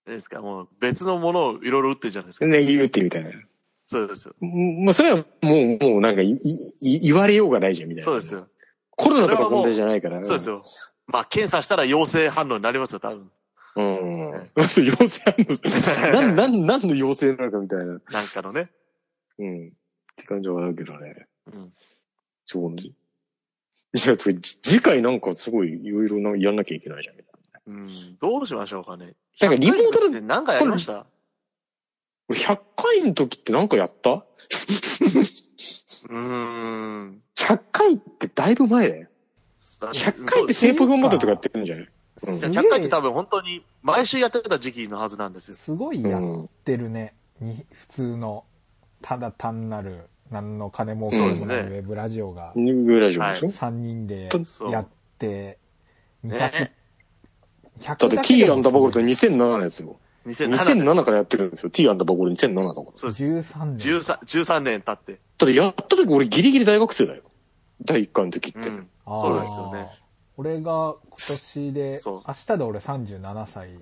Speaker 2: え。ですか、もう別のものをいろいろ打ってるじゃないですか。
Speaker 1: ね、言うってみたいな。
Speaker 2: そうですよ。
Speaker 1: もうまあ、それはもう、もうなんかい、いい言われようがないじゃん、みたいな。
Speaker 2: そうです。よ。
Speaker 1: コロナとか問題じゃないから。
Speaker 2: そうですよ。まあ、検査したら陽性反応になりますよ、多分。
Speaker 1: うん。う
Speaker 2: うん
Speaker 1: ん。そう陽性あんのな ん、なん、なんの陽性なのかみたいな。
Speaker 2: なんかのね。
Speaker 1: うん。って感じはあるけどね。
Speaker 2: うん。
Speaker 1: そうね。いや、それ、じ次回なんかすごい、いろいろな、やんなきゃいけないじゃん、みたい
Speaker 2: うん。どうしましょうかね。
Speaker 1: な。なんか、リモート
Speaker 2: で
Speaker 1: で、
Speaker 2: 何回やりました
Speaker 1: 100回の時ってなんかや った
Speaker 2: うーん。
Speaker 1: ?100 回ってだいぶ前だよ。100回ってセープフォーマットとかやってるんじゃない
Speaker 3: え。
Speaker 1: うん
Speaker 3: すげ
Speaker 2: 100回って
Speaker 3: え、
Speaker 2: 多分本当に毎週やってた時期のはずなんですよ。
Speaker 3: すごいやってるね。に普通の、ただ単なる、何の金儲けでも
Speaker 2: そうで
Speaker 3: ない
Speaker 2: す
Speaker 3: ウ
Speaker 2: ね
Speaker 3: ェブラジオが
Speaker 1: う、ん。ニューグラジオでしょ、
Speaker 3: 3人で
Speaker 2: そう
Speaker 3: やって、200、
Speaker 2: ね
Speaker 3: 100
Speaker 1: だって、キーアンダーバゴルト2007年ですよ。
Speaker 2: 2007年。
Speaker 1: 2007からやってるんですよ。T& バコル2007だから。
Speaker 2: そうです。
Speaker 3: 13年。
Speaker 2: 13, 13年経って。
Speaker 1: だってやった時俺ギリギリ大学生だよ。第1回の時っ
Speaker 2: う
Speaker 1: て。
Speaker 2: ん。
Speaker 3: あー
Speaker 2: そうなんですよね。。
Speaker 3: 俺が今年で、
Speaker 2: そう
Speaker 3: 明日で俺37歳に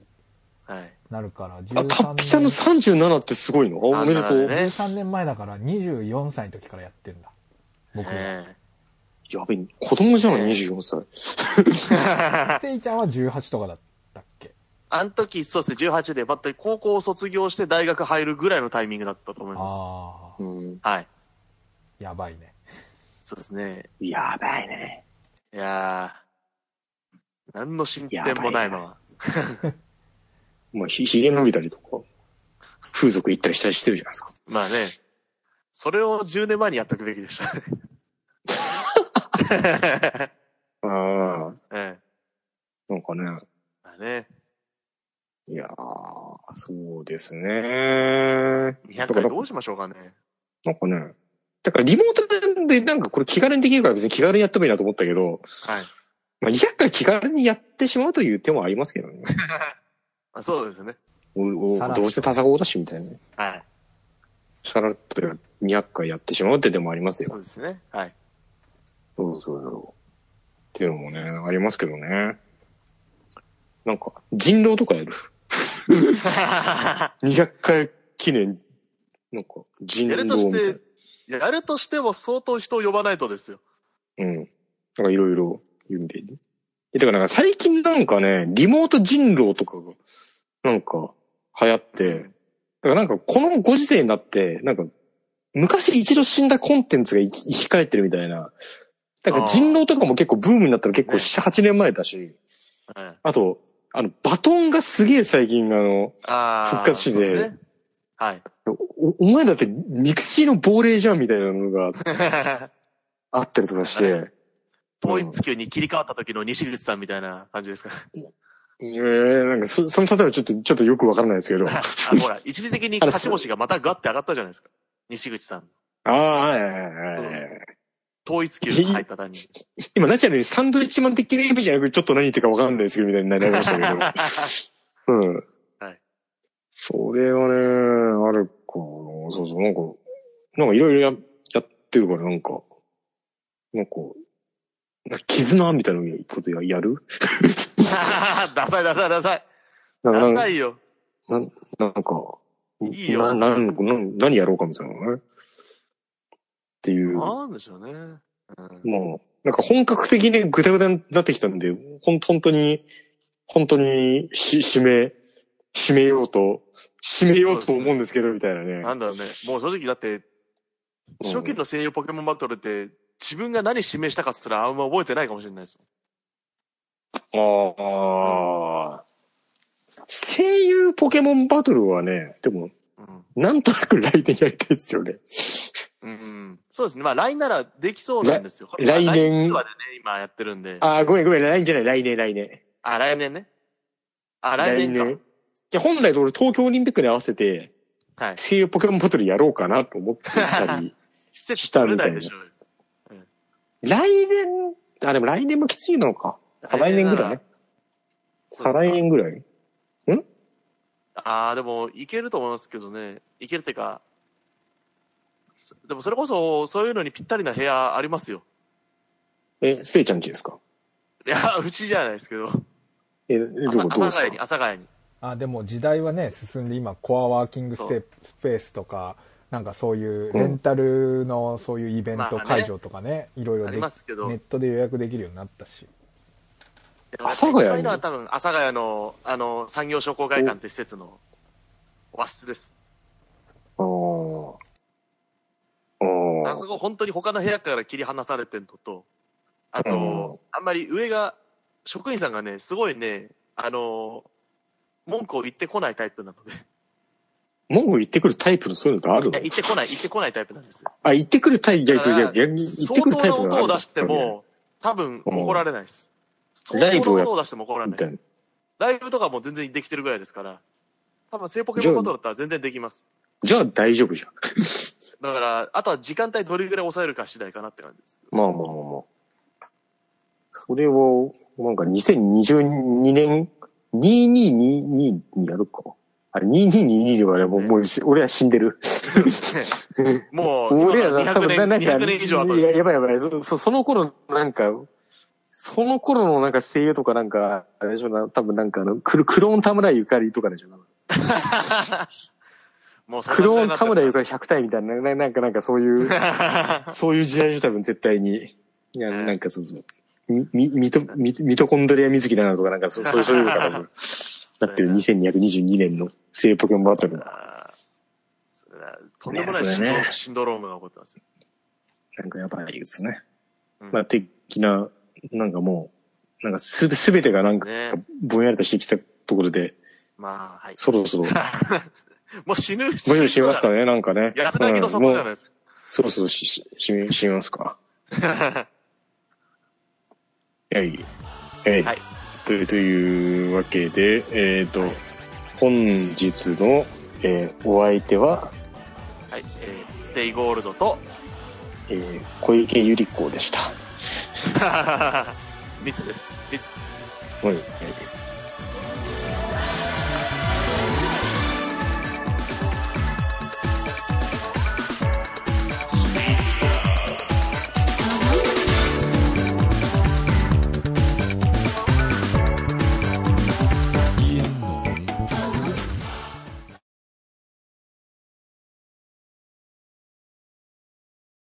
Speaker 2: はい。
Speaker 3: なるから、
Speaker 1: あ、タッピちゃんの
Speaker 3: 13
Speaker 1: 37ってすごいの。あ、おめでと
Speaker 2: 37
Speaker 1: う。
Speaker 2: ね
Speaker 3: 年、13年前だから24歳の時からやってんだ。僕は。
Speaker 2: え
Speaker 1: やべえ、子供じゃん、
Speaker 2: ね
Speaker 1: 24歳。
Speaker 2: え
Speaker 3: ステイちゃんは18とかだったっけ
Speaker 2: あの時、そうですね、18で、また高校を卒業して大学入るぐらいのタイミングだったと思いま
Speaker 3: ああ、
Speaker 1: うん。
Speaker 2: す。はい。
Speaker 3: やばいね。
Speaker 2: そうですね。
Speaker 1: やばいね。
Speaker 2: いやー、何の進展もないまま。
Speaker 1: まあ、ひ、ひげ伸びたりとか、風俗行ったりしたりしてるじゃないですか。
Speaker 2: まあね、それを10年前にやっとくべきでした ね。
Speaker 1: ああ、
Speaker 2: ええ
Speaker 1: なんかね。
Speaker 2: まあね、
Speaker 1: いやー、そうですね。
Speaker 2: 200回どうしましょうかね。
Speaker 1: なんかね、だからリモートでなんかこれ気軽にできるから別に気軽にやってもいいなと思ったけど、
Speaker 2: はい。
Speaker 1: まあ、200回気軽にやってしまうという手もありますけどね。
Speaker 2: あそうですね。
Speaker 1: おお
Speaker 3: さらっと
Speaker 1: どうせ笹子だしみたいな。
Speaker 2: はい。
Speaker 1: さらっと200回やってしまうって手もあります
Speaker 2: そ
Speaker 1: よ。
Speaker 2: うですね。 はい。
Speaker 1: そうそうそう。っていうのもね、ありますけどね。なんか、人狼とかやる。200回記念、なんか、人狼
Speaker 2: やる
Speaker 1: み
Speaker 2: とした
Speaker 1: い
Speaker 2: て、やるとしても相当人を呼ばないとですよ。
Speaker 1: な。うん。なんかいろいろ言うんで。え、だからなんか最近なんかね、リモート人狼とかが、なんか、流行って、だからなんかこのご時世になって、なんか、昔一度死んだコンテンツが生き生き返ってるみたいな。だから人狼とかも結構ブームになったの結構
Speaker 2: ね
Speaker 1: 7、8年前だし、
Speaker 2: うん、
Speaker 1: あと、あの、バトンがすげえ最近あの、
Speaker 2: あー
Speaker 1: 復活して
Speaker 2: そうですね はい。
Speaker 1: おお前だってミクシーの亡霊じゃんみたいなのがあったりとかして、
Speaker 2: 統一級に切り替わった時の西口さんみたいな感じですか。
Speaker 1: えー、なんかそ、その例えばちょっと、ちょっとよくわからないですけど。
Speaker 2: あ
Speaker 1: あ、
Speaker 2: ほら、一時的に勝ち星がまたガッて上がったじゃないですか。西口さん。
Speaker 1: あ、はいはいはいはい。
Speaker 2: 統一級が入った段に。
Speaker 1: 今、ナチュラルにサンドイッチマン的な意味じゃなく、ちょっと何言ってるかわかんないですけど、みたいになりましたけど。 うん。
Speaker 2: はい。
Speaker 1: それはね、あるかな。そうそう、なんか、なんかいろいろややってるから、なんか、なんか、なんか絆みたいなことややる
Speaker 2: ダサいダサいダサい。
Speaker 1: なんか、な
Speaker 2: ダ
Speaker 1: ん
Speaker 2: サ
Speaker 1: か
Speaker 2: いよ。
Speaker 1: なんか、
Speaker 2: いいよ
Speaker 1: ななんなん何やろうかみたいなね。っていう。
Speaker 2: なんでしょうね。うん
Speaker 1: もう、なんか本格的にぐたぐたになってきたんで、ほん、本当に、本当に、し、締め、締めようと、締めようと思うんですけど、みたいなね。
Speaker 2: なんだろうね。もう正直だって、
Speaker 1: うん
Speaker 2: 初期の声優ポケモンバトルって、自分が何指名したかすらあんま覚えてないかもしれないです。
Speaker 1: ああ。声優ポケモンバトルはね、でも、
Speaker 2: うん。
Speaker 1: なんとなく来年やりたいですよね。
Speaker 2: うんうん。そうですね。まあ、LINE ならできそうなんですよ。
Speaker 1: 来来年
Speaker 2: まあ LINE はね、今やってるんで。
Speaker 1: ああ、ごめんごめん、来年じゃない、来年、来年。
Speaker 2: あ、来年ね。あ、来年
Speaker 1: いや、本来と俺東京オリンピックに合わせて、
Speaker 2: か。はい。
Speaker 1: 声優ポケモンバトルやろうかなと思ってた り。
Speaker 2: 施設取れないでしょ。
Speaker 1: 来年、あ、でも来年もきついのか。再来年ぐらい
Speaker 2: そ
Speaker 1: 再
Speaker 2: うですか
Speaker 1: 来年ぐらい
Speaker 2: ああ、でも、いけると思いますけどね。いけるってか。でも、それこそ、そういうのにぴったりな部屋ありますよ。
Speaker 1: え、ステイちゃんちですか
Speaker 2: いや、うちじゃないですけど。
Speaker 1: え、えど
Speaker 2: 朝
Speaker 1: こどう
Speaker 2: 朝
Speaker 1: です
Speaker 2: ヶ谷に、
Speaker 1: か
Speaker 2: 朝ヶ谷に。
Speaker 3: あ、でも時代はね、進んで今、コアワーキングステスペースとか、なんかそういう、レンタルのそういうイベント
Speaker 2: まあね
Speaker 3: 会場とかね、いろいろ
Speaker 2: あり
Speaker 3: でネ
Speaker 2: ますけど
Speaker 3: ットで予約できるようになったし。
Speaker 2: 阿
Speaker 1: 朝ヶ谷に
Speaker 2: のは多分、阿佐ヶ谷の、あの、産業商工会館って施設の和室です。
Speaker 1: あー
Speaker 2: あ
Speaker 1: あ
Speaker 2: そこ本当に他の部屋から切り離されてんのと、あ
Speaker 1: うん
Speaker 2: と、あんまり上が、職員さんがね、すごいね、あの、文句を言ってこないタイプなので。
Speaker 1: ー。文句言ってくるタイプのそういうのがある
Speaker 2: い
Speaker 1: の
Speaker 2: や、言ってこない、言ってこないタイプなんですよ。
Speaker 1: あ、言ってくるタイプ、いや、
Speaker 2: だから
Speaker 1: いや、逆に言っ
Speaker 2: 相
Speaker 1: てくるタ
Speaker 2: 当
Speaker 1: イ
Speaker 2: な
Speaker 1: プがあ
Speaker 2: 音
Speaker 1: る
Speaker 2: を出して、も、多分怒られないです。
Speaker 1: うん
Speaker 2: 相当な音を出しても怒られ
Speaker 1: み
Speaker 2: ない
Speaker 1: た
Speaker 2: で
Speaker 1: い
Speaker 2: す。
Speaker 1: な。
Speaker 2: ライブとかも全然できてるぐらいですから、多分、聖ポケモンバトルだったら全然できます。
Speaker 1: じゃあ大丈夫じゃん。
Speaker 2: だから、あとは時間帯どれぐらい抑えるか次第かなって感じです。
Speaker 1: まあまあまあまあ。それを、なんか2022年、2222にやるか。ああれ、2222ではね、もう、もう、俺は死んでる。
Speaker 2: もう、
Speaker 1: 俺らが多
Speaker 2: 200
Speaker 1: 分
Speaker 2: 年、
Speaker 1: な、なんか、
Speaker 2: 200年以上後です。
Speaker 1: ややばいやばい。そそその頃、なんか、その頃のなんか声優とかなんか、あれでしょな、多分なんかあの、クロクローン田村ゆかりとかでしょな。
Speaker 2: もうそんな
Speaker 1: ク
Speaker 2: 時
Speaker 1: ロ
Speaker 2: 代
Speaker 1: ー
Speaker 2: に
Speaker 1: ン田
Speaker 2: なってる
Speaker 1: 村ゆかり100体みたいな、ななんかなんかそう いう、そういう時代でしょ多分絶対に。いや、
Speaker 2: うん
Speaker 1: なんかそうそう。み、み、ミト、ミトミトコンドリア水木だなとかなんか、そうそうそういうのが多 分なってる2222年の聖ポケモンバトル。
Speaker 2: あーとんでもない
Speaker 1: ね
Speaker 2: シ
Speaker 1: そ
Speaker 2: ン
Speaker 1: れ
Speaker 2: ド,、
Speaker 1: ね
Speaker 2: シンドロームが起こってますよ。
Speaker 1: なんかやばいですね。
Speaker 2: うん
Speaker 1: まあ、的な、なんかもう、なんかすべ、すべてがなんか
Speaker 2: ね、
Speaker 1: ぼんやりとしてきたところで、
Speaker 2: まあ、はい。
Speaker 1: そろそろ、も
Speaker 2: もう死ぬ。も
Speaker 1: しもしますかね、なんかね。
Speaker 2: 安らぎの底じゃな
Speaker 1: う
Speaker 2: い
Speaker 1: んもう
Speaker 2: ですか。
Speaker 1: そろそろし、し、ししますか。はい。はい。
Speaker 2: はい
Speaker 1: という、というわけで、えっ、と、本日の、えーお相手は、
Speaker 2: はい。えーステイゴールド と、
Speaker 1: えー小池百合子でした。
Speaker 2: ミツです。ミツ
Speaker 1: はい。